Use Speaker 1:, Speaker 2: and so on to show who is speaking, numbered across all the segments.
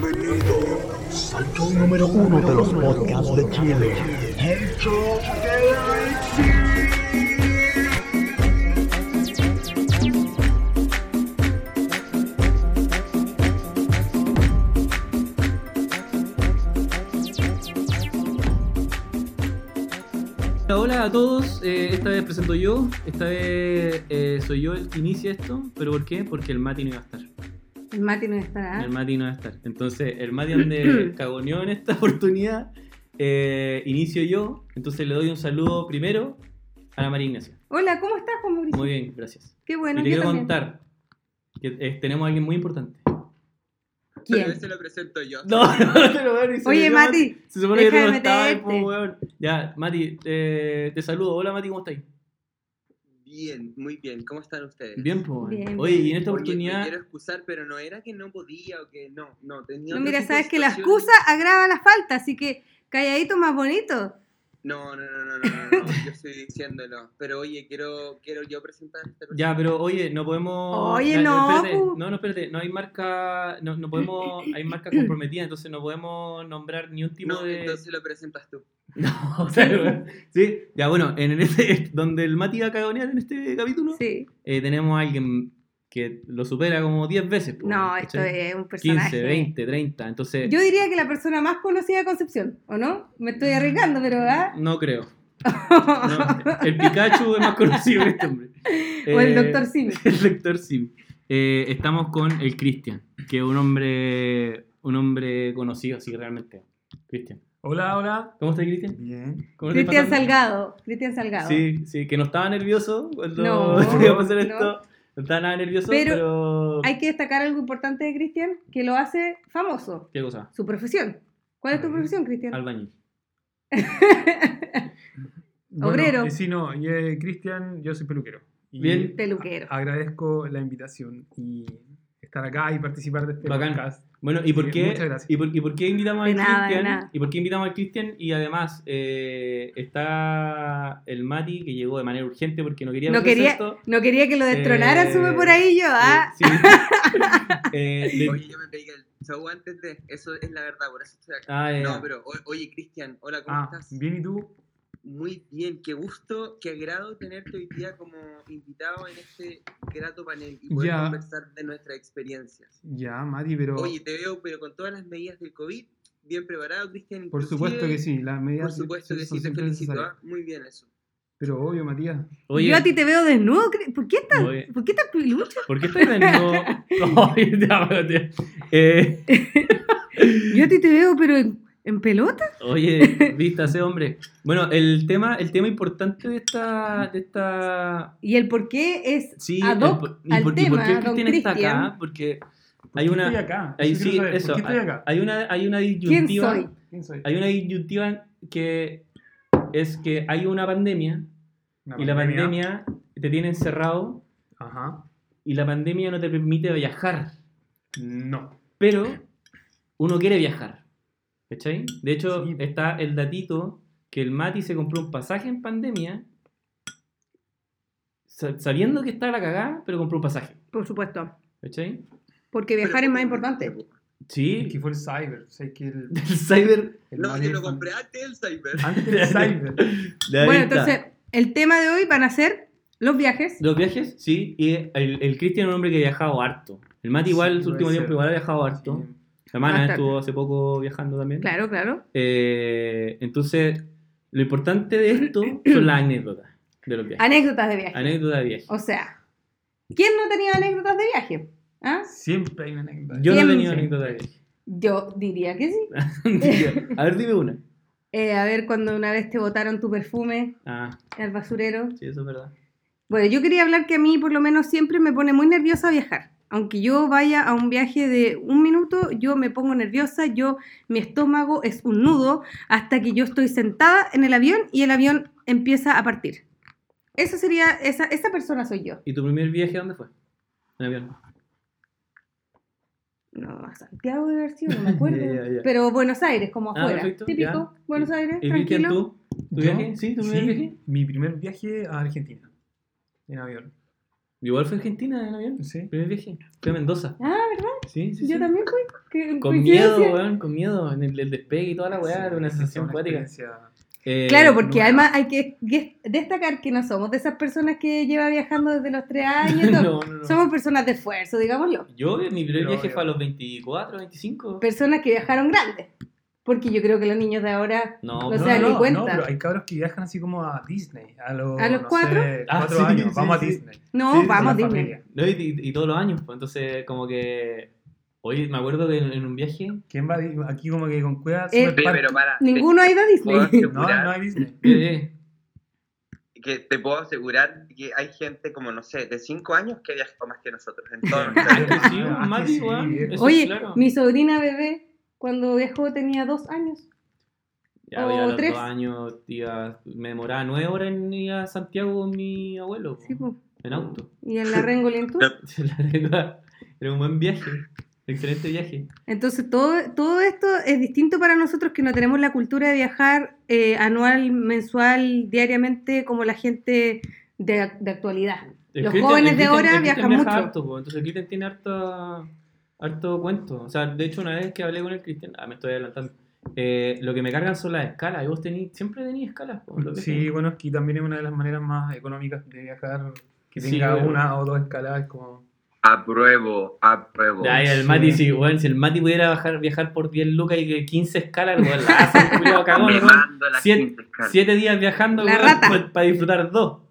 Speaker 1: Bienvenidos al show número uno de los podcasts de Chile. El show de Richie.
Speaker 2: Hola a todos, eh, esta vez presento yo, esta vez eh, soy yo el que inicia esto, pero ¿por qué? Porque el Mati no iba a estar.
Speaker 3: El Mati ¿ah? no estará.
Speaker 2: El Mati no va a estar. Entonces, el Mati donde cagoneó en esta oportunidad, eh, inicio yo. Entonces le doy un saludo primero a la María Ignacia.
Speaker 3: Hola, ¿cómo estás, Juan Mauricio?
Speaker 2: Muy bien, gracias.
Speaker 3: Qué bueno.
Speaker 2: y te
Speaker 3: yo
Speaker 2: quiero
Speaker 3: también.
Speaker 2: contar que eh, tenemos a alguien muy importante.
Speaker 4: Pero
Speaker 3: ¿Quién?
Speaker 4: ese lo presento yo.
Speaker 2: No, no, no, no, no, se
Speaker 3: Oye,
Speaker 2: me llama-
Speaker 3: Mati,
Speaker 2: Se supone que
Speaker 3: deja
Speaker 2: tú no
Speaker 3: de
Speaker 2: estabas ahí,
Speaker 3: meterte.
Speaker 2: po, weón. Ya, Mati, eh, te saludo. Hola, Mati, ¿cómo estáis?
Speaker 4: Bien, muy bien. ¿Cómo están ustedes?
Speaker 2: Bien, po, weón.
Speaker 3: Bien,
Speaker 2: Oye, y en
Speaker 3: bien.
Speaker 2: esta
Speaker 4: Oye, me
Speaker 2: oportunidad...
Speaker 4: quiero excusar, pero no era que no podía o que no, no, tenía
Speaker 3: No,
Speaker 4: otro
Speaker 3: mira,
Speaker 4: tipo de
Speaker 3: sabes que la
Speaker 4: situación.
Speaker 3: excusa agrava la falta, así que calladito más bonito.
Speaker 4: No, no, no, no, no, no, no, yo estoy diciéndolo. Pero oye, quiero, quiero yo presentar a esta persona.
Speaker 2: Ya, pero oye, no podemos.
Speaker 3: Oye,
Speaker 2: ya,
Speaker 3: no,
Speaker 2: espérate.
Speaker 3: pu-
Speaker 2: no, no, espérate. No hay marca. No, no podemos. Hay marca comprometida, entonces no podemos nombrar ni un tipo
Speaker 4: No,
Speaker 2: de.
Speaker 4: entonces lo presentas tú.
Speaker 2: No, o sea, bueno, sí. Ya, bueno, en este, donde el Mati va a cagonear en este capítulo,
Speaker 3: Sí.
Speaker 2: eh, tenemos a alguien que lo supera como 10 veces. po,
Speaker 3: No,
Speaker 2: ¿cachai?
Speaker 3: esto es un personaje.
Speaker 2: 15, 20, 30. Entonces.
Speaker 3: Yo diría que la persona más conocida de Concepción, ¿o no? Me estoy arriesgando, pero ¿ah?
Speaker 2: Mm. No creo. No, el Pikachu es más conocido que este hombre.
Speaker 3: O el
Speaker 2: Eh,
Speaker 3: Dr. Simi.
Speaker 2: El doctor Sim. Eh, estamos con el Cristian, que es un hombre, un hombre conocido, así que realmente. Cristian.
Speaker 5: Hola, hola.
Speaker 2: ¿Cómo estás, Cristian?
Speaker 5: Bien.
Speaker 2: ¿Cómo te
Speaker 3: Cristian
Speaker 2: pasa?
Speaker 3: Salgado. Cristian Salgado.
Speaker 2: Sí, sí, que no estaba nervioso cuando
Speaker 3: No,
Speaker 2: iba a pasar
Speaker 3: no.
Speaker 2: esto. No estaba nada nervioso, pero.
Speaker 3: Pero Hay que destacar algo importante de Cristian que lo hace famoso,
Speaker 2: ¿Qué cosa?
Speaker 3: su profesión. ¿Cuál es tu profesión, Cristian?
Speaker 2: Albañil.
Speaker 3: Obrero.
Speaker 5: y sí, no, y, eh, Cristian, yo soy peluquero. Y
Speaker 2: Bien.
Speaker 3: Peluquero.
Speaker 5: Agradezco la invitación y estar acá y participar de este
Speaker 2: Bacán.
Speaker 5: podcast.
Speaker 2: Bueno, ¿y por
Speaker 5: Sí,
Speaker 2: qué?
Speaker 5: muchas gracias.
Speaker 2: ¿Y por, y por qué invitamos
Speaker 3: De
Speaker 2: al
Speaker 3: nada, de
Speaker 2: Cristian?
Speaker 3: nada.
Speaker 2: ¿Y por qué invitamos al Cristian? Y además, eh, está el Mati, que llegó de manera urgente porque no quería
Speaker 3: No
Speaker 2: perderse
Speaker 3: quería,
Speaker 2: esto.
Speaker 3: no quería que lo destronaran,
Speaker 2: Eh,
Speaker 3: sube por ahí yo, ¿ah?
Speaker 2: Eh, sí. Eh, le-
Speaker 4: Oye, yo me pegué el show antes de. Eso es la verdad, por eso estoy acá.
Speaker 2: Ah, ya, ya.
Speaker 4: No, pero o- oye, Cristian, hola, ¿cómo
Speaker 5: Ah,
Speaker 4: estás?
Speaker 5: bien, ¿y tú?
Speaker 4: Muy bien, qué gusto, qué agrado tenerte hoy día como invitado en este grato panel y poder
Speaker 5: Ya.
Speaker 4: conversar de nuestras experiencias.
Speaker 5: Ya, Mati, pero
Speaker 4: Oye, te veo, pero con todas las medidas del COVID, bien preparado, Cristian.
Speaker 5: por supuesto que
Speaker 4: inclusive,
Speaker 5: sí, las medidas
Speaker 4: Por supuesto que
Speaker 5: son
Speaker 4: sí, te
Speaker 5: siempre
Speaker 4: felicito.
Speaker 5: necesarias.
Speaker 4: ¿ah? Muy bien eso.
Speaker 5: Pero obvio, Matías.
Speaker 2: Oye,
Speaker 3: Yo a ti te veo desnudo. Cri- ¿Por qué estás,
Speaker 2: Oye.
Speaker 3: ¿por qué estás pelucho?
Speaker 2: ¿por qué estás desnudo? Oye, ya, pero te- eh,
Speaker 3: Yo a ti te veo, pero en, en pelota.
Speaker 2: oye, vista ese hombre. Bueno, el tema, el tema importante de esta, de esta,
Speaker 3: Y el por qué es
Speaker 2: sí,
Speaker 3: ad
Speaker 2: el
Speaker 3: hoc
Speaker 2: por- y
Speaker 3: al
Speaker 2: por- y
Speaker 3: tema,
Speaker 2: por qué
Speaker 3: don
Speaker 2: Cristian está
Speaker 3: Cristian.
Speaker 2: acá, porque
Speaker 5: ¿Por
Speaker 2: hay
Speaker 5: qué
Speaker 2: una,
Speaker 5: estoy acá?
Speaker 2: hay-
Speaker 5: Eso quiero
Speaker 2: sí,
Speaker 5: saber,
Speaker 2: eso,
Speaker 5: ¿Por qué estoy
Speaker 2: hay-
Speaker 5: acá?
Speaker 2: hay una, hay una
Speaker 3: ¿Quién
Speaker 2: disyuntiva,
Speaker 3: soy?
Speaker 5: ¿Quién soy?
Speaker 2: hay una disyuntiva que es que hay una pandemia
Speaker 5: Una
Speaker 2: y la pandemia te tiene encerrado
Speaker 5: Ajá.
Speaker 2: y la pandemia no te permite viajar.
Speaker 5: No.
Speaker 2: pero uno quiere viajar. ¿Cachai? De hecho,
Speaker 5: Sí.
Speaker 2: está el datito que el Mati se compró un pasaje en pandemia, sa- sabiendo que está la cagada, pero compró un pasaje.
Speaker 3: Por supuesto.
Speaker 2: ¿Cachai?
Speaker 3: Porque viajar es más importante.
Speaker 5: Es que
Speaker 2: Sí,
Speaker 5: fue el cyber. O sea, que el,
Speaker 2: del cyber.
Speaker 5: el
Speaker 4: No, yo
Speaker 5: Matías
Speaker 4: lo
Speaker 5: fue-
Speaker 4: compré antes del Cyber.
Speaker 5: Antes del cyber.
Speaker 2: De ahí
Speaker 3: bueno,
Speaker 2: está.
Speaker 3: entonces, el tema de hoy van a ser los viajes.
Speaker 2: Los viajes, sí. Y el, el Cristian es un hombre que ha viajado harto. El Mati,
Speaker 5: Sí,
Speaker 2: igual, en su
Speaker 5: puede
Speaker 2: último tiempo,
Speaker 5: ser.
Speaker 2: igual ha viajado harto.
Speaker 5: Sí.
Speaker 2: La Mana
Speaker 3: Bastante.
Speaker 2: estuvo hace poco viajando también.
Speaker 3: Claro, claro.
Speaker 2: Eh, entonces, lo importante de esto son las anécdotas de los viajes.
Speaker 3: Anécdotas de viaje.
Speaker 2: Anécdota de viaje.
Speaker 3: O sea, ¿quién no tenía anécdotas de viaje? ¿Ah?
Speaker 5: Siempre hay una anécdota.
Speaker 2: Yo no he
Speaker 3: ¿Quién?
Speaker 2: tenido anécdota de
Speaker 3: Yo diría que sí.
Speaker 2: viaje. A ver, dime una.
Speaker 3: Eh, a ver, cuando una vez te botaron tu perfume
Speaker 2: Ah,
Speaker 3: al basurero.
Speaker 2: sí, eso es verdad.
Speaker 3: Bueno, yo quería hablar que a mí por lo menos siempre me pone muy nerviosa viajar. Aunque yo vaya a un viaje de un minuto, yo me pongo nerviosa, yo, mi estómago es un nudo hasta que yo estoy sentada en el avión y el avión empieza a partir. Eso sería, esa, esa persona soy yo.
Speaker 2: ¿Y tu primer viaje dónde fue? En avión.
Speaker 3: No, a Santiago de haber sido, no me acuerdo.
Speaker 2: Ya, ya, ya.
Speaker 3: Pero Buenos Aires, como
Speaker 2: Ah,
Speaker 3: afuera.
Speaker 2: perfecto,
Speaker 3: Típico, Buenos Aires,
Speaker 2: ¿Y Cristian,
Speaker 3: tranquilo.
Speaker 2: tú? ¿Tu
Speaker 5: ¿Yo?
Speaker 2: viaje? ¿Sí? ¿Tu primer
Speaker 5: Sí,
Speaker 2: viaje?
Speaker 5: Mi primer viaje a Argentina, en avión.
Speaker 2: Yo Igual fue a Argentina en avión.
Speaker 5: Sí.
Speaker 2: Primer viaje. Fue a Mendoza.
Speaker 3: Ah, ¿verdad?
Speaker 2: Sí, sí,
Speaker 3: Yo
Speaker 2: sí.
Speaker 3: también fui. Qué
Speaker 2: Con miedo,
Speaker 3: coincidencia.
Speaker 2: weón, con miedo. En el, el despegue y toda la weá, era una sensación cuática. Eh,
Speaker 3: Claro, porque
Speaker 5: nueva.
Speaker 3: además hay que que destacar que no somos de esas personas que lleva viajando desde los tres años.
Speaker 2: no,
Speaker 3: no.
Speaker 2: no, no.
Speaker 3: Somos personas de esfuerzo, digámoslo.
Speaker 2: Yo, mi primer
Speaker 5: Pero,
Speaker 2: viaje
Speaker 5: eh,
Speaker 2: fue a los 24, 25.
Speaker 3: Personas que viajaron grandes. Porque yo creo que los niños de ahora.
Speaker 2: No,
Speaker 3: o
Speaker 2: pero-
Speaker 3: sea, ni cuenta.
Speaker 5: pero hay cabros que viajan así como a Disney. A los,
Speaker 3: ¿A los
Speaker 5: no
Speaker 3: cuatro?
Speaker 5: sé,
Speaker 2: Ah,
Speaker 5: cuatro
Speaker 2: sí,
Speaker 5: años.
Speaker 2: sí,
Speaker 5: Vamos
Speaker 2: sí.
Speaker 5: a Disney.
Speaker 3: No, vamos,
Speaker 5: Con la
Speaker 3: Disney.
Speaker 5: familia.
Speaker 2: No, y, y- y todos los años, pues, entonces como que... Hoy me acuerdo que en, en un viaje...
Speaker 5: ¿Quién va a Disney? aquí como que con cueva?
Speaker 3: Eh,
Speaker 5: super
Speaker 4: Oye,
Speaker 5: parque.
Speaker 4: pero para.
Speaker 3: Ninguno ha ido a
Speaker 4: te puedo
Speaker 3: Disney.
Speaker 5: no,
Speaker 4: asegurar
Speaker 5: no hay Disney.
Speaker 2: eh, eh,
Speaker 4: que te puedo asegurar que hay gente como, no sé, de 5 años que viajó más que nosotros. En todo nuestro viaje.
Speaker 2: sí,
Speaker 5: Ah,
Speaker 2: un Mati,
Speaker 5: sí,
Speaker 2: weón,
Speaker 5: viejo.
Speaker 2: eso
Speaker 3: Oye,
Speaker 2: claro.
Speaker 3: mi sobrina bebé, cuando viajó, tenía dos años.
Speaker 2: Ya, ya a los
Speaker 3: tres.
Speaker 2: dos años iba- me demoraba nueve horas en ir a Santiago con mi abuelo,
Speaker 3: Sí,
Speaker 2: po,
Speaker 3: po.
Speaker 2: en auto.
Speaker 3: Y en la Rengolín Tour.
Speaker 2: La verdad, Era un buen viaje, excelente viaje.
Speaker 3: Entonces, todo, todo esto es distinto para nosotros que no tenemos la cultura de viajar eh, anual, mensual, diariamente, como la gente de, de actualidad.
Speaker 2: El
Speaker 3: Los
Speaker 2: Cristian-
Speaker 3: jóvenes
Speaker 2: el
Speaker 3: de
Speaker 2: Cristian-
Speaker 3: ahora
Speaker 2: el Cristian
Speaker 3: viajan
Speaker 2: viaja
Speaker 3: mucho.
Speaker 2: harto, po, entonces el Cristian tiene harta, harto cuento. O sea, de hecho, una vez que hablé con el Cristian, ah, me estoy adelantando, eh, lo que me cargan son las escalas. Y vos tenís, siempre tenís escalas. po, lo que
Speaker 5: Sí,
Speaker 2: sea.
Speaker 5: bueno, aquí también es una de las maneras más económicas de viajar. Que
Speaker 2: Sí,
Speaker 5: tenga
Speaker 2: bueno.
Speaker 5: una o dos escaladas como...
Speaker 4: Apruebo, apruebo.
Speaker 2: Ay, el
Speaker 5: Sí.
Speaker 2: Mati, si, weón, si el Mati pudiera bajar, viajar por 10 lucas y que 15 escalas, weón, la hace el culiao cagón,
Speaker 4: Me
Speaker 2: weón.
Speaker 4: mando la
Speaker 2: Siete-
Speaker 4: quinta escala.
Speaker 2: Siete días viajando,
Speaker 3: La
Speaker 2: weón,
Speaker 3: rata.
Speaker 2: pa- para disfrutar dos.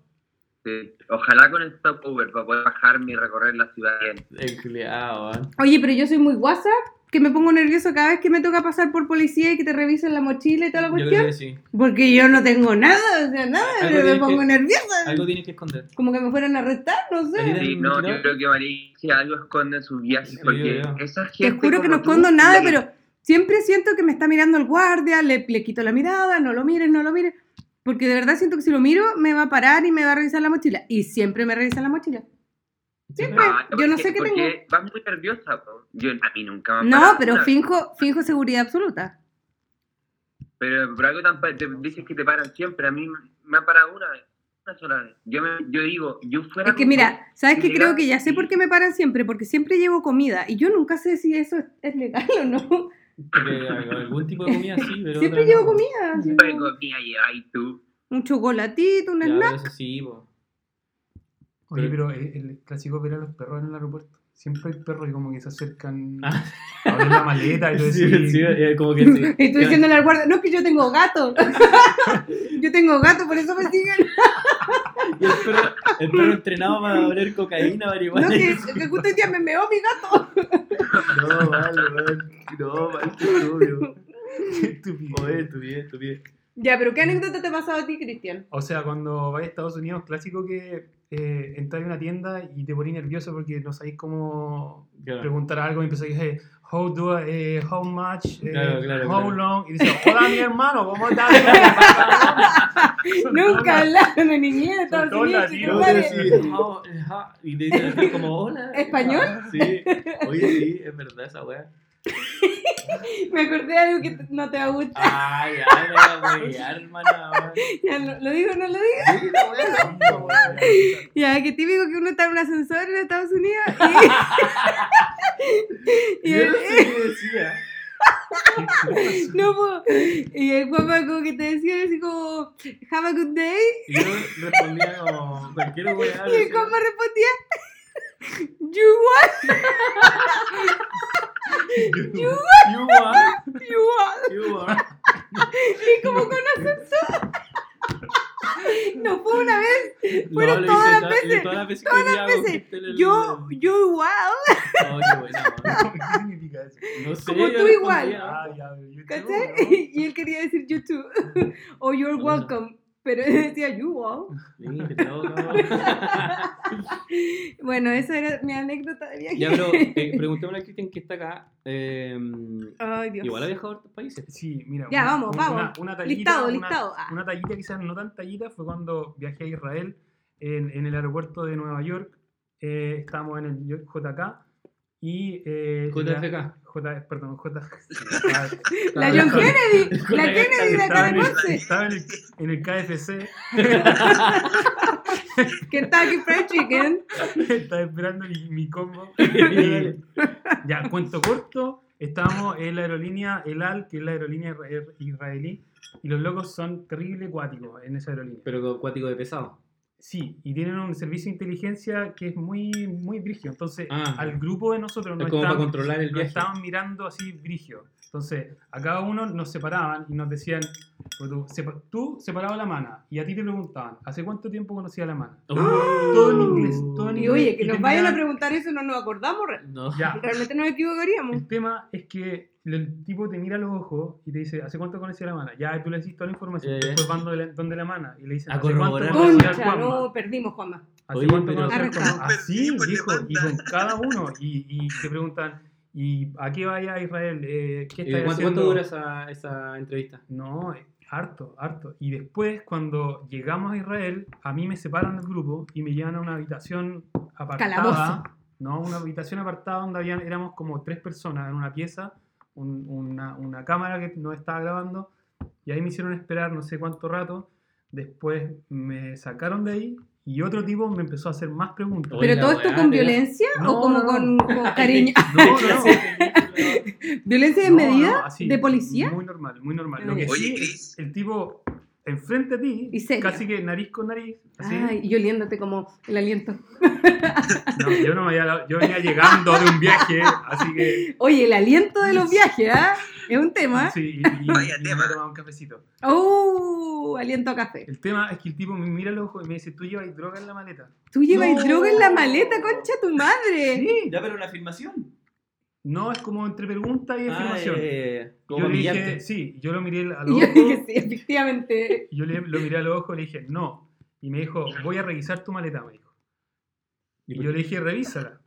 Speaker 4: Sí. Ojalá con el stopover para poder bajarme y recorrer la ciudad bien.
Speaker 2: El culiao, weón.
Speaker 3: Oye, pero yo soy muy guasa, que me pongo nervioso cada vez que me toca pasar por policía y que te revisen la mochila y toda la
Speaker 2: Yo
Speaker 3: cuestión.
Speaker 2: creo que sí.
Speaker 3: Porque yo no tengo nada, o sea, nada,
Speaker 2: Algo
Speaker 3: pero me
Speaker 2: tienes
Speaker 3: pongo
Speaker 2: que-
Speaker 3: nerviosa.
Speaker 2: Algo tienes que esconder.
Speaker 3: Como que me fueran a arrestar, no sé.
Speaker 2: Mira,
Speaker 4: Sí,
Speaker 2: el
Speaker 4: no,
Speaker 2: tiro-
Speaker 4: yo creo que María si algo esconde en sus viajes
Speaker 2: Sí, yo
Speaker 4: porque
Speaker 2: creo.
Speaker 4: esa
Speaker 3: Te
Speaker 4: gente
Speaker 3: juro que
Speaker 4: como
Speaker 3: no
Speaker 4: tú,
Speaker 3: escondo nada,
Speaker 4: la que-
Speaker 3: pero siempre siento que me está mirando el guardia, le, le quito la mirada, no lo mires, no lo mires. Porque de verdad siento que si lo miro me va a parar y me va a revisar la mochila. Y siempre me revisan la mochila. Siempre.
Speaker 4: Ah,
Speaker 3: pues, yo no
Speaker 4: porque-
Speaker 3: sé qué
Speaker 4: porque
Speaker 3: tengo.
Speaker 4: Vas muy nerviosa, po. Yo, a mí nunca
Speaker 2: Ah,
Speaker 4: me han
Speaker 3: No,
Speaker 4: parado
Speaker 3: pero
Speaker 4: una,
Speaker 3: finjo, finjo seguridad absoluta.
Speaker 4: Pero por algo tan pa- te dices que te paran siempre. A mí me- me ha parado una vez, una sola vez. Yo, me, yo digo, yo fuera.
Speaker 3: Es que
Speaker 4: con-
Speaker 3: mira, ¿sabes qué?
Speaker 4: Mira,
Speaker 3: Creo que ya sé por qué me paran siempre, porque siempre llevo comida. Y yo nunca sé si eso es, es legal o no.
Speaker 2: Porque algún tipo de comida sí, pero.
Speaker 3: Siempre
Speaker 2: otra
Speaker 3: llevo
Speaker 2: no.
Speaker 3: comida. así
Speaker 4: yo
Speaker 3: como
Speaker 4: Vengo, mira, y ahí tú.
Speaker 3: Un chocolatito, un
Speaker 2: Ya,
Speaker 3: snack.
Speaker 2: pero eso sí, po.
Speaker 5: Oye,
Speaker 2: Pero-
Speaker 5: pero el, el clásico ver a los perros en el aeropuerto. Siempre hay perros y como que se acercan
Speaker 2: Ah.
Speaker 5: a abrir la maleta y todo
Speaker 2: Sí,
Speaker 5: eso.
Speaker 2: sí, eh, como que sí.
Speaker 3: Y tú
Speaker 2: Ya.
Speaker 3: diciéndole al guardia, no es que yo tengo gato. yo tengo gato, por eso me siguen.
Speaker 2: Y el perro, el perro entrenado para oler cocaína, marihuana.
Speaker 3: No,
Speaker 2: y-
Speaker 3: que, que justo hoy día me meó mi gato.
Speaker 5: No, vale, vale. No, vale, qué obvio. Qué estúpido.
Speaker 2: Joder, tu pie, tu pie.
Speaker 3: Ya, pero ¿qué anécdota te ha pasado a ti, Cristian?
Speaker 5: O sea, cuando vais a Estados Unidos, clásico que eh, entras en una tienda y te ponís nervioso porque no sabéis cómo
Speaker 2: Claro.
Speaker 5: preguntar algo y empezáis eh, how do I, eh, how much, eh,
Speaker 2: Claro, claro,
Speaker 5: how
Speaker 2: claro.
Speaker 5: long. Y dices, hola mi hermano, ¿cómo estás?
Speaker 3: Nunca hablaron en inglés de Estados
Speaker 5: todos
Speaker 3: Unidos,
Speaker 5: latinos,
Speaker 2: No,
Speaker 3: chicos,
Speaker 2: pero
Speaker 3: madre.
Speaker 2: sí, no, ajá, y te dicen así como, hola.
Speaker 3: ¿Español?
Speaker 2: Sí. Oye, sí, es verdad esa weá.
Speaker 3: Me acordé de algo que no te va a gustar.
Speaker 2: Ay, ay, me voy a apoyar, hermana. weón.
Speaker 3: Ya, ¿lo, lo digo o no lo digo?
Speaker 2: Sí, la weá, no, weón.
Speaker 3: Ya, que típico que uno está en un ascensor en Estados Unidos y... y
Speaker 2: Yo
Speaker 3: el,
Speaker 2: no sé qué decía.
Speaker 3: no, po. y el guapa como que te decía así como, have a good day,
Speaker 2: Y yo respondía como, cualquier weá.
Speaker 3: Y el
Speaker 2: decía.
Speaker 3: compa respondía, you what,
Speaker 2: You are. You are.
Speaker 3: you what.
Speaker 2: You are.
Speaker 3: Y como con ascensor. No fue una vez, Fueron
Speaker 2: le
Speaker 3: todas
Speaker 2: hice
Speaker 3: las
Speaker 2: to-
Speaker 3: veces,
Speaker 2: le- Todas las veces que quería
Speaker 3: veces.
Speaker 2: conquistar el-
Speaker 3: yo, yo igual,
Speaker 2: No, qué buena, man.
Speaker 5: ¿Qué significa eso?
Speaker 2: No sé,
Speaker 3: Como
Speaker 2: yo
Speaker 3: tú igual.
Speaker 2: respondía,
Speaker 5: Ah, ya, yo
Speaker 3: ¿cachai? Y él quería decir you too, o you're
Speaker 2: Por eso.
Speaker 3: welcome, pero él decía you all.
Speaker 2: "Sí, que te hago, cabrón".
Speaker 3: Bueno, esa era mi anécdota de viaje.
Speaker 2: Ya, pero eh, preguntémosle a Cristian que está acá. eh,
Speaker 3: Ay, Dios.
Speaker 2: igual ha viajado a otros países.
Speaker 5: Sí, mira.
Speaker 3: Ya, vamos, vamos. Listado,
Speaker 5: una-
Speaker 3: listado. Ah.
Speaker 5: Una tallita, quizás no tan tallita, fue cuando viajé a Israel en, en el aeropuerto de Nueva York. Eh, estábamos en el York JK y. Eh,
Speaker 2: JFK.
Speaker 5: la- J, perdón, J.
Speaker 3: La John Kennedy, la
Speaker 2: Con la
Speaker 3: Kennedy de acá
Speaker 5: Estaba,
Speaker 3: de
Speaker 5: en el,
Speaker 3: Monse.
Speaker 5: estaba en el- en el KFC.
Speaker 3: Kentucky Fried Chicken.
Speaker 5: Estaba esperando mi, mi combo.
Speaker 2: Dale.
Speaker 5: ya, cuento corto. Estábamos en la aerolínea El Al, que es la aerolínea isra- israelí, y los locos son terrible cuáticos en esa aerolínea.
Speaker 2: Pero con cuático de pesado.
Speaker 5: Sí, y tienen un servicio de inteligencia que es muy, muy brigio. Entonces,
Speaker 2: Ah.
Speaker 5: al grupo de nosotros
Speaker 2: es
Speaker 5: nos
Speaker 2: como para
Speaker 5: estaban,
Speaker 2: controlar el
Speaker 5: nos
Speaker 2: viaje.
Speaker 5: estaban mirando así brigio. Entonces, a cada uno nos separaban y nos decían, pues tú, sepa- tú separabas la mano, y a ti te preguntaban, ¿hace cuánto tiempo conocías la mano?
Speaker 2: Oh.
Speaker 5: Todo en inglés, todo en
Speaker 3: Y
Speaker 5: inglés.
Speaker 3: oye, que
Speaker 5: Y
Speaker 3: nos
Speaker 5: te
Speaker 3: vayan a
Speaker 5: miraban-
Speaker 3: preguntar eso, no nos acordamos. re-
Speaker 2: No.
Speaker 5: Ya,
Speaker 3: Realmente nos equivocaríamos.
Speaker 5: El tema es que el tipo te mira a los ojos y te dice, ¿hace cuánto conocí a la mana? Ya, y tú le decís toda la información.
Speaker 2: Ya, ya.
Speaker 5: Después van donde la, donde la mana y le dicen,
Speaker 2: Eh. A
Speaker 5: ¿hace cuánto
Speaker 2: corroborar.
Speaker 5: conocí al
Speaker 3: Concha,
Speaker 5: Juanma?
Speaker 3: no, perdimos, Juanma.
Speaker 5: ¿Hace
Speaker 2: Oye,
Speaker 5: cuánto
Speaker 2: pero-
Speaker 5: conocí al
Speaker 3: Arrestado.
Speaker 5: Juanma? Así,
Speaker 2: pues
Speaker 4: Perdimos,
Speaker 5: dijo,
Speaker 4: le
Speaker 5: y
Speaker 4: manda.
Speaker 5: con cada uno. Y, y te preguntan, ¿y a qué vaya a Israel? Eh, ¿Qué
Speaker 2: ¿Y
Speaker 5: estás
Speaker 2: cuánto,
Speaker 5: haciendo?
Speaker 2: cuánto dura esa, esa entrevista?
Speaker 5: No, eh, harto, harto. Y después, cuando llegamos a Israel, a mí me separan del grupo y me llevan a una habitación apartada.
Speaker 3: Calabozo.
Speaker 5: No, una habitación apartada donde habían, éramos como tres personas en una pieza, un- una, una cámara que no estaba grabando. Y ahí me hicieron esperar no sé cuánto rato. Después me sacaron de ahí y otro tipo me empezó a hacer más preguntas.
Speaker 2: Oye,
Speaker 3: ¿Pero
Speaker 2: la
Speaker 3: todo esto
Speaker 2: weá,
Speaker 3: con
Speaker 2: mira.
Speaker 3: violencia
Speaker 5: No,
Speaker 3: o como
Speaker 5: no,
Speaker 3: con, con cariño?
Speaker 5: No, no.
Speaker 3: ¿Violencia de
Speaker 5: No, no,
Speaker 3: medida?
Speaker 5: así,
Speaker 3: ¿De policía?
Speaker 5: Muy normal, muy normal. Lo
Speaker 3: Ah,
Speaker 5: que
Speaker 3: ya.
Speaker 4: Oye,
Speaker 5: sí,
Speaker 4: Cris.
Speaker 5: el tipo enfrente a ti,
Speaker 3: Y serio.
Speaker 5: casi que nariz con nariz, así.
Speaker 3: Ay, y oliéndote como el aliento.
Speaker 5: No, yo no me había dado- yo venía llegando de un viaje, así que
Speaker 3: Oye, el aliento de los viajes, ¿ah? Es un tema.
Speaker 5: sí, y, y- y
Speaker 4: Vaya
Speaker 5: me
Speaker 4: tema.
Speaker 5: había tomado un cafecito.
Speaker 3: ¡Oh! Aliento a café.
Speaker 5: El tema es que el tipo me mira los ojos y me dice, "Tú llevas droga en la maleta."
Speaker 3: Tú llevas
Speaker 2: No.
Speaker 3: droga en la maleta, concha tu madre.
Speaker 2: Ya, pero una afirmación.
Speaker 5: No, es como entre pregunta y
Speaker 2: Ah,
Speaker 5: afirmación.
Speaker 2: eh, como
Speaker 5: yo le
Speaker 2: humillante.
Speaker 5: dije, sí, yo lo miré a los
Speaker 3: Y yo
Speaker 5: ojos,
Speaker 3: dije, sí, efectivamente.
Speaker 5: yo le- lo miré a los ojos y le dije, "No." Y me dijo, "Voy a revisar tu maleta", me dijo. Y yo le dije, revísala.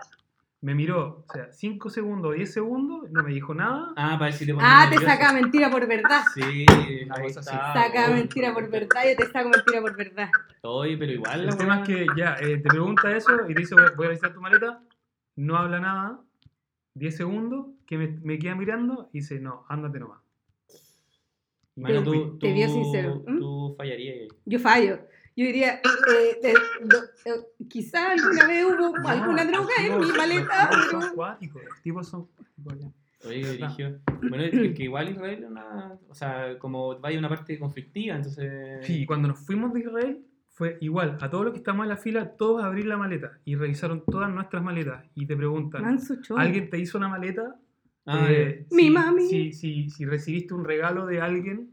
Speaker 5: Me miró, o sea, 5 segundos, 10 segundos, no me dijo nada.
Speaker 2: Ah, para ver si te pones
Speaker 3: Ah, te
Speaker 2: nervioso.
Speaker 3: saca mentira por verdad.
Speaker 2: Sí,
Speaker 5: Una
Speaker 2: ahí
Speaker 5: cosa así.
Speaker 2: está,
Speaker 3: Saca
Speaker 2: weón.
Speaker 3: mentira por verdad, yo te saco mentira por verdad.
Speaker 2: Oye, pero igual la
Speaker 5: El tema es
Speaker 2: weá-
Speaker 3: Este-
Speaker 5: que ya, eh, te pregunta eso y te dice, voy a- voy a revisar tu maleta, no habla nada, 10 segundos, que me, me queda mirando y dice, no, ándate nomás. Y me
Speaker 2: Mano,
Speaker 3: Pero-
Speaker 5: fui.
Speaker 2: tú,
Speaker 3: te vio
Speaker 2: tú-
Speaker 3: sincero, ¿Mm? ¿m?
Speaker 2: Tú fallarías. ahí.
Speaker 3: Yo fallo. Yo diría, eh, eh, do- eh, quizá alguna vez hubo
Speaker 5: No,
Speaker 3: alguna
Speaker 5: los
Speaker 3: droga en
Speaker 5: tipos-
Speaker 3: mi maleta,
Speaker 5: Los tipos
Speaker 3: pero...
Speaker 5: son acuáticos, los tipos son acuáticos, ya.
Speaker 2: Oye,
Speaker 5: Verdad.
Speaker 2: dirigió. Bueno, es que- que igual Israel es una. O sea, como vaya una parte conflictiva, entonces.
Speaker 5: Sí, y cuando nos fuimos de Israel fue igual, a todos los que estamos en la fila, todos abrir la maleta y revisaron todas nuestras maletas y te preguntan,
Speaker 3: Manso choro.
Speaker 5: ¿alguien te hizo la maleta?
Speaker 2: Ah,
Speaker 5: Eh,
Speaker 3: Mi
Speaker 5: si-
Speaker 3: mami.
Speaker 5: Si, si, si recibiste un regalo de alguien,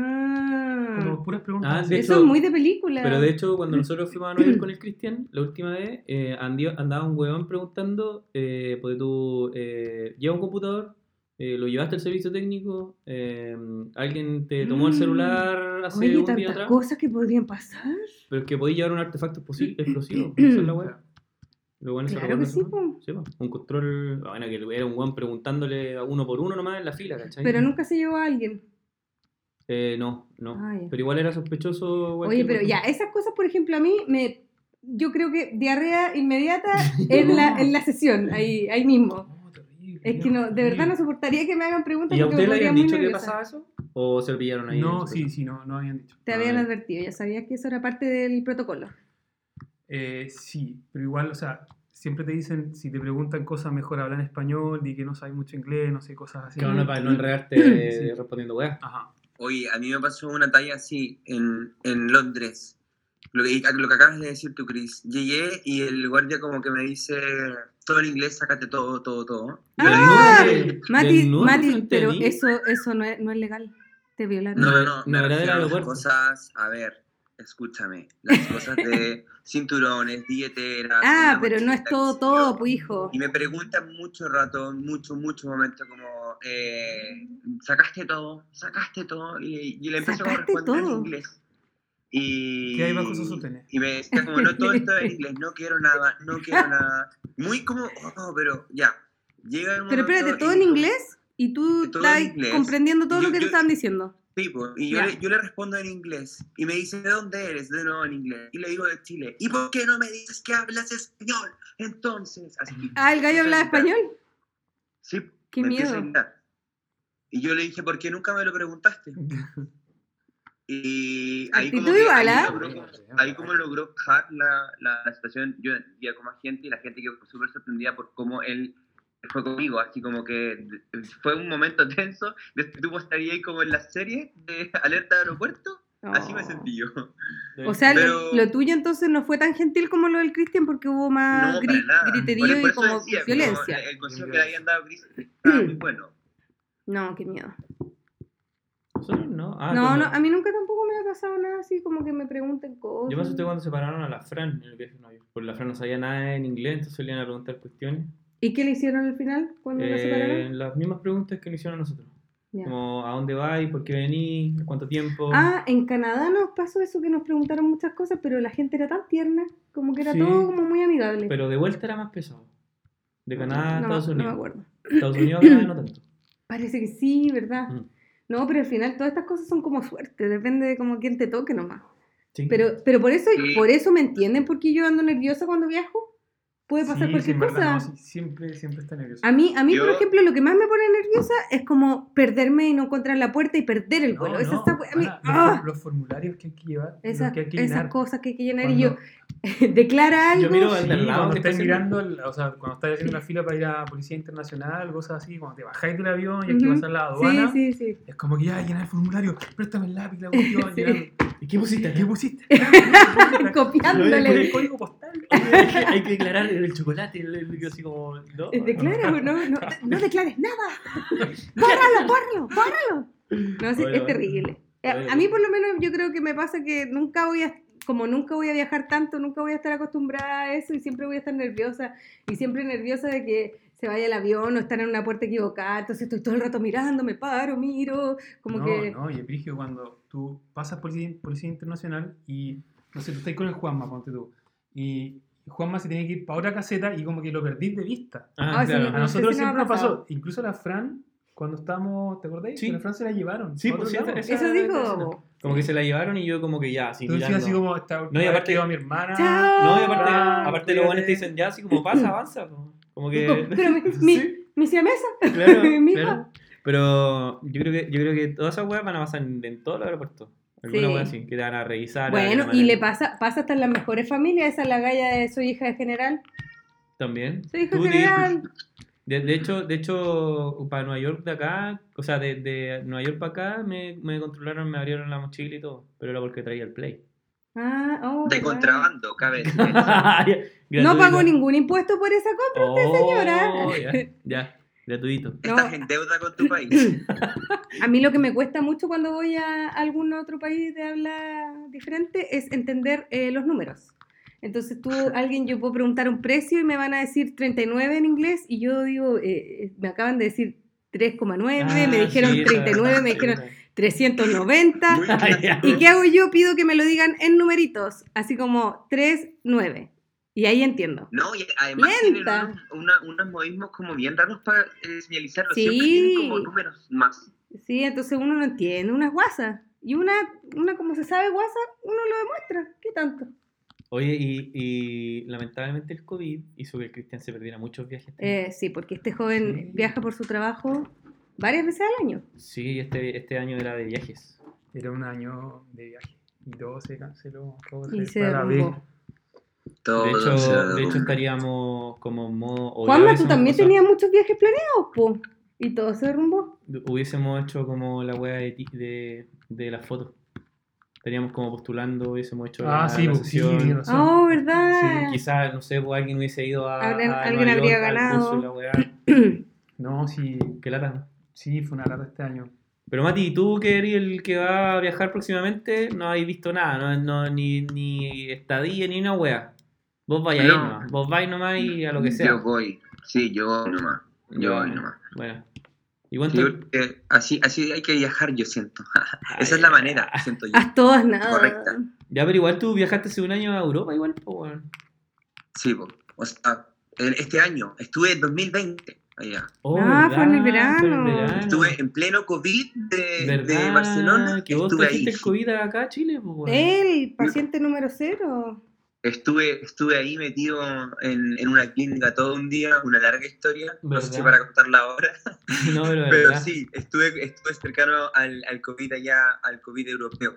Speaker 3: Ah.
Speaker 5: como puras preguntas.
Speaker 2: Ah,
Speaker 5: así.
Speaker 2: de
Speaker 3: Eso
Speaker 2: hecho-
Speaker 3: es muy de película.
Speaker 2: Pero de hecho, cuando nosotros fuimos a Nueva York con el Cristian, la última vez, eh, andio- andaba un huevón preguntando, eh, porque tú eh, lleva un computador, eh, lo llevaste al servicio técnico, eh, alguien te tomó el
Speaker 3: Mm.
Speaker 2: celular hace
Speaker 3: Oye,
Speaker 2: un día
Speaker 3: tantas
Speaker 2: atrás,
Speaker 3: cosas que podrían pasar.
Speaker 2: pero es que podías llevar un artefacto posi- explosivo, esa es la hueá. Lo bueno, esa
Speaker 3: Claro
Speaker 2: hueá
Speaker 3: que
Speaker 2: no
Speaker 3: sí,
Speaker 2: se-
Speaker 3: po.
Speaker 2: Sí, po. un control, bueno, que era un huevón preguntándole a uno por uno nomás en la fila, ¿cachai?
Speaker 3: Pero nunca se llevó a alguien.
Speaker 2: Eh, no, no.
Speaker 3: Ah, ya.
Speaker 2: Pero igual era sospechoso.
Speaker 3: Oye, pero ya, esas cosas, por ejemplo, a mí me... Yo creo que diarrea inmediata en la, en la sesión, ahí, ahí mismo.
Speaker 5: No, terrible,
Speaker 3: Es que no, de
Speaker 5: terrible.
Speaker 3: verdad no soportaría que me hagan preguntas
Speaker 2: ¿Y a
Speaker 3: porque me
Speaker 2: usted le
Speaker 3: pondría
Speaker 2: habían
Speaker 3: muy
Speaker 2: dicho que
Speaker 3: nerviosa.
Speaker 2: pasaba eso? ¿O se lo pillaron ahí?
Speaker 5: No,
Speaker 2: en su
Speaker 5: sí,
Speaker 2: casa?
Speaker 5: sí, no, no habían dicho.
Speaker 3: Te habían
Speaker 2: Ah, ya.
Speaker 3: advertido, ya sabías que eso era parte del protocolo.
Speaker 5: Eh, sí, pero igual, o sea, siempre te dicen, si te preguntan cosas, mejor hablar en español, di que no sabes mucho inglés, no sé, cosas así.
Speaker 2: Claro, no, para no enredarte eh,
Speaker 5: Sí.
Speaker 2: respondiendo weá.
Speaker 5: Ajá.
Speaker 4: Oye, a mí me pasó una talla así en, en Londres. Lo que, lo que acabas de decir tú, Chris. Llegué y el guardia como que me dice, todo en inglés, sácate todo, todo, todo. Yo le digo,
Speaker 3: Ah,
Speaker 2: Desnúdate,
Speaker 3: Mati,
Speaker 2: desnúdate
Speaker 3: Mati,
Speaker 2: frente a
Speaker 3: pero
Speaker 2: mí.
Speaker 3: eso, eso no, es, no es legal. Te violaron.
Speaker 4: no, no, no,
Speaker 2: no,
Speaker 4: me
Speaker 2: era del
Speaker 4: refiero a las
Speaker 2: aeropuerto.
Speaker 4: cosas, a ver, escúchame, las cosas de cinturones, dieteras.
Speaker 3: ah,
Speaker 4: una
Speaker 3: pero no es
Speaker 4: mochila,
Speaker 3: todo,
Speaker 4: qué sé
Speaker 3: todo,
Speaker 4: yo.
Speaker 3: pues hijo.
Speaker 4: Y me preguntan mucho rato, mucho, mucho momento, como, eh, ¿sacaste todo? ¿Sacaste todo? Y, y le empiezo a
Speaker 3: ¿Sacaste
Speaker 4: responder en
Speaker 3: todo?
Speaker 4: inglés. Y,
Speaker 5: ¿Qué hay bajo esos sostenes?
Speaker 4: y me decía como, no, todo esto en inglés, no quiero nada, no quiero nada. Muy como, oh, pero ya. Llega un
Speaker 3: Pero
Speaker 4: momento
Speaker 3: espérate,
Speaker 4: y
Speaker 3: ¿todo en
Speaker 4: digo,
Speaker 3: inglés? Y tú
Speaker 4: Todo
Speaker 3: estás
Speaker 4: en inglés.
Speaker 3: comprendiendo todo
Speaker 4: Yo-
Speaker 3: lo que te
Speaker 4: yo-
Speaker 3: estaban diciendo.
Speaker 4: Sí, po, y yo,
Speaker 3: Ya.
Speaker 4: le, yo le respondo en inglés. Y me dice, ¿de dónde eres? De nuevo en inglés. Y le digo de Chile. ¿Y por qué no me dices que hablas español? Entonces, así.
Speaker 3: Ah, el gallo hablaba español.
Speaker 4: Sí,
Speaker 3: Qué
Speaker 4: me empieza a
Speaker 3: miedo.
Speaker 4: gritar. Y yo le dije, ¿por qué nunca me lo preguntaste? Y ahí como,
Speaker 3: Actitud
Speaker 4: que-
Speaker 3: igual,
Speaker 4: ahí
Speaker 3: ¿ah?
Speaker 4: logró, ahí como logró hack la, la, la situación, yo ya con más gente y la gente quedó súper sorprendida por cómo él fue conmigo, así como que fue un momento tenso, de- tú estarías ahí como en la serie de Alerta de Aeropuerto, así me
Speaker 3: Oh.
Speaker 4: sentí yo.
Speaker 3: O sea, lo,
Speaker 4: Pero-
Speaker 3: lo tuyo entonces no fue tan gentil como lo del Cristian porque hubo más
Speaker 4: No,
Speaker 3: gri-
Speaker 4: para nada. Por-
Speaker 3: griterío
Speaker 4: por
Speaker 3: y
Speaker 4: eso
Speaker 3: como
Speaker 4: decía, eh, como
Speaker 3: violencia.
Speaker 4: el consejo que le habían dado Chris estaba muy bueno.
Speaker 3: No, qué miedo.
Speaker 2: Eso no, no. Ah,
Speaker 3: no, no,
Speaker 2: cuando-
Speaker 3: a mí nunca tampoco me ha pasado nada así como que me pregunten cosas.
Speaker 2: Yo me asusté cuando separaron a la Fran en el viaje de novios. Porque la Fran no sabía nada en inglés, entonces le iban a preguntar cuestiones.
Speaker 3: ¿Y qué le hicieron al final cuando la
Speaker 2: Eh,
Speaker 3: separaron?
Speaker 2: las mismas preguntas que nos hicieron a nosotros.
Speaker 3: Ya.
Speaker 2: Como, ¿a dónde vais? ¿Por qué venís? ¿Cuánto tiempo?
Speaker 3: Ah, en Canadá nos pasó eso que nos preguntaron muchas cosas, pero la gente era tan tierna, como que era
Speaker 2: Sí.
Speaker 3: todo como muy amigable.
Speaker 2: Pero de vuelta era más pesado. De Canadá a
Speaker 3: no,
Speaker 2: Estados
Speaker 3: no me
Speaker 2: Unidos.
Speaker 3: acuerdo.
Speaker 2: Estados Unidos a Canadá no tanto.
Speaker 3: Parece que sí, ¿verdad?
Speaker 2: Mm.
Speaker 3: No, pero al final todas estas cosas son como suerte, depende de como quién te toque nomás.
Speaker 2: Sí.
Speaker 3: Pero, pero por eso,
Speaker 4: Sí.
Speaker 3: por eso me entienden por qué yo ando nerviosa cuando viajo. Puede pasar
Speaker 5: Sí, sí,
Speaker 3: cualquier
Speaker 5: en
Speaker 3: cosa.
Speaker 5: verdad, no, sí, siempre, siempre está nervioso.
Speaker 3: A mí, a mí por
Speaker 4: Yo-
Speaker 3: ejemplo, lo que más me pone nerviosa es como perderme y no encontrar la puerta y perder el
Speaker 5: No,
Speaker 3: vuelo.
Speaker 5: no,
Speaker 3: Esa está- a mí-
Speaker 5: Ana, los,
Speaker 3: ¡ah!
Speaker 5: los formularios que hay que llevar,
Speaker 3: Esas-
Speaker 5: los que hay que
Speaker 3: esas
Speaker 5: llenar.
Speaker 3: cosas que hay que llenar y yo
Speaker 5: cuando-
Speaker 3: declara algo.
Speaker 2: Yo miro
Speaker 5: Sí,
Speaker 2: al del lado
Speaker 5: cuando
Speaker 2: que está
Speaker 5: estás
Speaker 2: haciendo-
Speaker 5: mirando, el- o sea, cuando estás haciendo una fila para ir a Policía Internacional, cosas así, cuando te bajáis del avión y hay que
Speaker 3: Ujú.
Speaker 5: pasar la aduana,
Speaker 3: Sí, sí, sí.
Speaker 5: es como que ya llenar el formulario, préstame el lápiz, la cuestión,
Speaker 3: Sí.
Speaker 5: llenarlo.
Speaker 2: ¿Y qué pusiste?
Speaker 5: ¿Qué pusiste? Con
Speaker 3: Copiándole.
Speaker 5: el código postal.
Speaker 2: hay, que, hay que declarar el chocolate. El, el- yo así como, ¿no?
Speaker 3: Eh,
Speaker 2: Ah,
Speaker 3: Declara, no, no, no declares nada. Bórralo, bórralo, bórralo. No, sí,
Speaker 2: Bueno,
Speaker 3: es terrible. Eh,
Speaker 2: Bueno,
Speaker 3: A mí
Speaker 2: bueno.
Speaker 3: por lo menos yo creo que me pasa que nunca voy a, como nunca voy a viajar tanto, nunca voy a estar acostumbrada a eso y siempre voy a estar nerviosa y siempre nerviosa de que se vaya el avión o estar en una puerta equivocada, entonces estoy todo el rato mirando, me paro, miro, como
Speaker 5: no,
Speaker 3: que...
Speaker 5: no, y es brígido cuando tú pasas policía, policía internacional y, no sé, tú estás con el Juanma, ponte tú, y Juanma se tiene que ir para otra caseta y como que lo perdís de vista.
Speaker 2: Ah,
Speaker 3: Ah, sí,
Speaker 2: claro.
Speaker 5: A
Speaker 3: No sé
Speaker 5: nosotros
Speaker 3: si nos
Speaker 5: siempre
Speaker 3: ha
Speaker 5: nos
Speaker 3: pasado.
Speaker 5: pasó, incluso a la Fran, cuando estábamos, ¿te acordáis?
Speaker 2: Sí.
Speaker 5: Que la Fran se la llevaron.
Speaker 2: Sí,
Speaker 5: a otro
Speaker 2: pues sí,
Speaker 5: lado.
Speaker 2: esa-
Speaker 3: Eso dijo...
Speaker 2: Como que se la llevaron y yo como que ya, así
Speaker 5: Entonces
Speaker 2: mirando.
Speaker 5: así como, está, no,
Speaker 2: y aparte-
Speaker 5: a mi hermana.
Speaker 3: Chao.
Speaker 2: No, y aparte,
Speaker 5: Ah,
Speaker 2: aparte los buenos
Speaker 5: cuídate.
Speaker 2: te dicen ya, así como pasa, avanza. po. Como que...
Speaker 3: Pero mi, mi,
Speaker 2: Eh, Sí,
Speaker 3: mi siamesa.
Speaker 2: claro,
Speaker 3: mira.
Speaker 2: claro. Pero yo creo que, yo creo que todas esas weas van a pasar en, en todos los aeropuertos. Alguna
Speaker 3: Sí.
Speaker 2: wea así, que te van a revisar.
Speaker 3: Bueno,
Speaker 2: alguna
Speaker 3: y le
Speaker 2: manera.
Speaker 3: pasa, pasa hasta en las mejores familias, esa es la galla de soy hija de general.
Speaker 2: También.
Speaker 3: Soy hija
Speaker 2: Tú,
Speaker 3: de
Speaker 2: Di. pues,
Speaker 3: general.
Speaker 2: De, de hecho, de hecho, para Nueva York de acá, o sea, de, de Nueva York para acá, me, me controlaron, me abrieron la mochila y todo. Pero era porque traía el play.
Speaker 3: Ah, oh,
Speaker 4: De
Speaker 3: wow.
Speaker 4: contrabando, cabe decir.
Speaker 3: No
Speaker 2: Gratuito.
Speaker 3: pagó ningún impuesto por esa compra.
Speaker 2: Oh,
Speaker 3: señora.
Speaker 2: ya, ya, gratuito.
Speaker 4: Estás en deuda con tu país.
Speaker 3: A mí lo que me cuesta mucho cuando voy a algún otro país de habla diferente es entender eh, los números. Entonces tú, alguien, yo puedo preguntar un precio y me van a decir 39 en inglés y yo digo, eh, eh, me acaban de decir 3,9,
Speaker 2: Ah,
Speaker 3: me dijeron
Speaker 2: sí, esa-
Speaker 3: 39, me
Speaker 2: sí,
Speaker 3: dijeron
Speaker 2: esa.
Speaker 3: 390.
Speaker 4: Muy
Speaker 2: Ah, ya.
Speaker 3: ¿Y qué hago yo? Pido que me lo digan en numeritos, así como 3, 9. Y ahí entiendo.
Speaker 4: No, y además
Speaker 3: Lenta.
Speaker 4: tienen unos, una- unos modismos como bien raros para eh, señalizarlo. Siempre
Speaker 3: Sí.
Speaker 4: tienen como números más.
Speaker 3: Sí, entonces uno no entiende unas guasas. Y una, una como se sabe guasa, uno lo demuestra. ¿Qué tanto?
Speaker 2: Oye, y, y lamentablemente el COVID hizo que el Cristian se perdiera muchos viajes. también.
Speaker 3: Eh, sí, porque este joven
Speaker 5: Sí.
Speaker 3: viaja por su trabajo varias veces al año.
Speaker 2: Sí, este, este año era de viajes.
Speaker 5: Era un año de viaje. Y todo se canceló. Todo
Speaker 3: Y se
Speaker 5: fue a la
Speaker 3: derrumbó.
Speaker 5: B.
Speaker 4: Todo
Speaker 2: De
Speaker 4: se
Speaker 2: hecho,
Speaker 4: da
Speaker 2: de hecho
Speaker 4: como-
Speaker 2: estaríamos como en modo... o ya
Speaker 3: Juanma, tú
Speaker 2: hubiésemos
Speaker 3: también
Speaker 2: pasado-
Speaker 3: tenías muchos viajes planeados, po. Y todo se derrumbó.
Speaker 2: Hubiésemos hecho como la wea de, ti- de, de las fotos. Estaríamos como postulando, hubiésemos hecho
Speaker 5: Ah,
Speaker 2: la,
Speaker 5: sí,
Speaker 2: la
Speaker 5: pues, sí,
Speaker 2: sesión.
Speaker 5: tienes razón.
Speaker 3: Oh, ¿verdad?
Speaker 2: Quizás, no sé, pues, alguien hubiese ido a.
Speaker 3: Alguien-
Speaker 2: a
Speaker 3: alguien
Speaker 2: Nueva
Speaker 3: habría
Speaker 2: York, al
Speaker 3: ganado.
Speaker 2: curso y la wea.
Speaker 5: No, sí,
Speaker 2: Qué lata.
Speaker 5: sí, fue una lata este año.
Speaker 2: Pero Mati, tú que eres el que va a viajar próximamente, no habéis visto nada, no, no- ni, ni estadía, ni una wea. Vos vais a ir
Speaker 4: No.
Speaker 2: nomás, vos vais nomás y a lo que sea.
Speaker 4: Yo voy. Sí, yo voy nomás. Yo voy nomás.
Speaker 2: Bueno. ¿Y cuánto?
Speaker 4: Yo creo que así, así hay que viajar, yo siento.
Speaker 2: Ay,
Speaker 4: Esa es la manera, siento yo.
Speaker 3: Haz todas nada.
Speaker 4: Correcta.
Speaker 2: Ah, Ya, pero igual tú viajaste hace un año a Europa, igual, pues, weón.
Speaker 4: Sí, po. o sea, el- este año estuve en 2020 allá.
Speaker 2: Oh,
Speaker 3: Ah, fue en el
Speaker 2: verdad, fue en el
Speaker 3: verano.
Speaker 2: verano.
Speaker 4: Estuve en pleno COVID de,
Speaker 2: Ah, ¿Verdad?
Speaker 4: de Barcelona.
Speaker 2: Que vos
Speaker 4: Estuve ahí.
Speaker 2: trajiste el COVID acá a Chile, pues, weón.
Speaker 3: El paciente número cero.
Speaker 4: Estuve, estuve ahí metido en, en una clínica todo un día, una larga historia. No sé
Speaker 2: ¿Verdad?
Speaker 4: si para contarla ahora.
Speaker 2: No, pero,
Speaker 4: Pero
Speaker 2: verdad.
Speaker 4: sí, estuve, estuve cercano al, al COVID allá, al COVID europeo.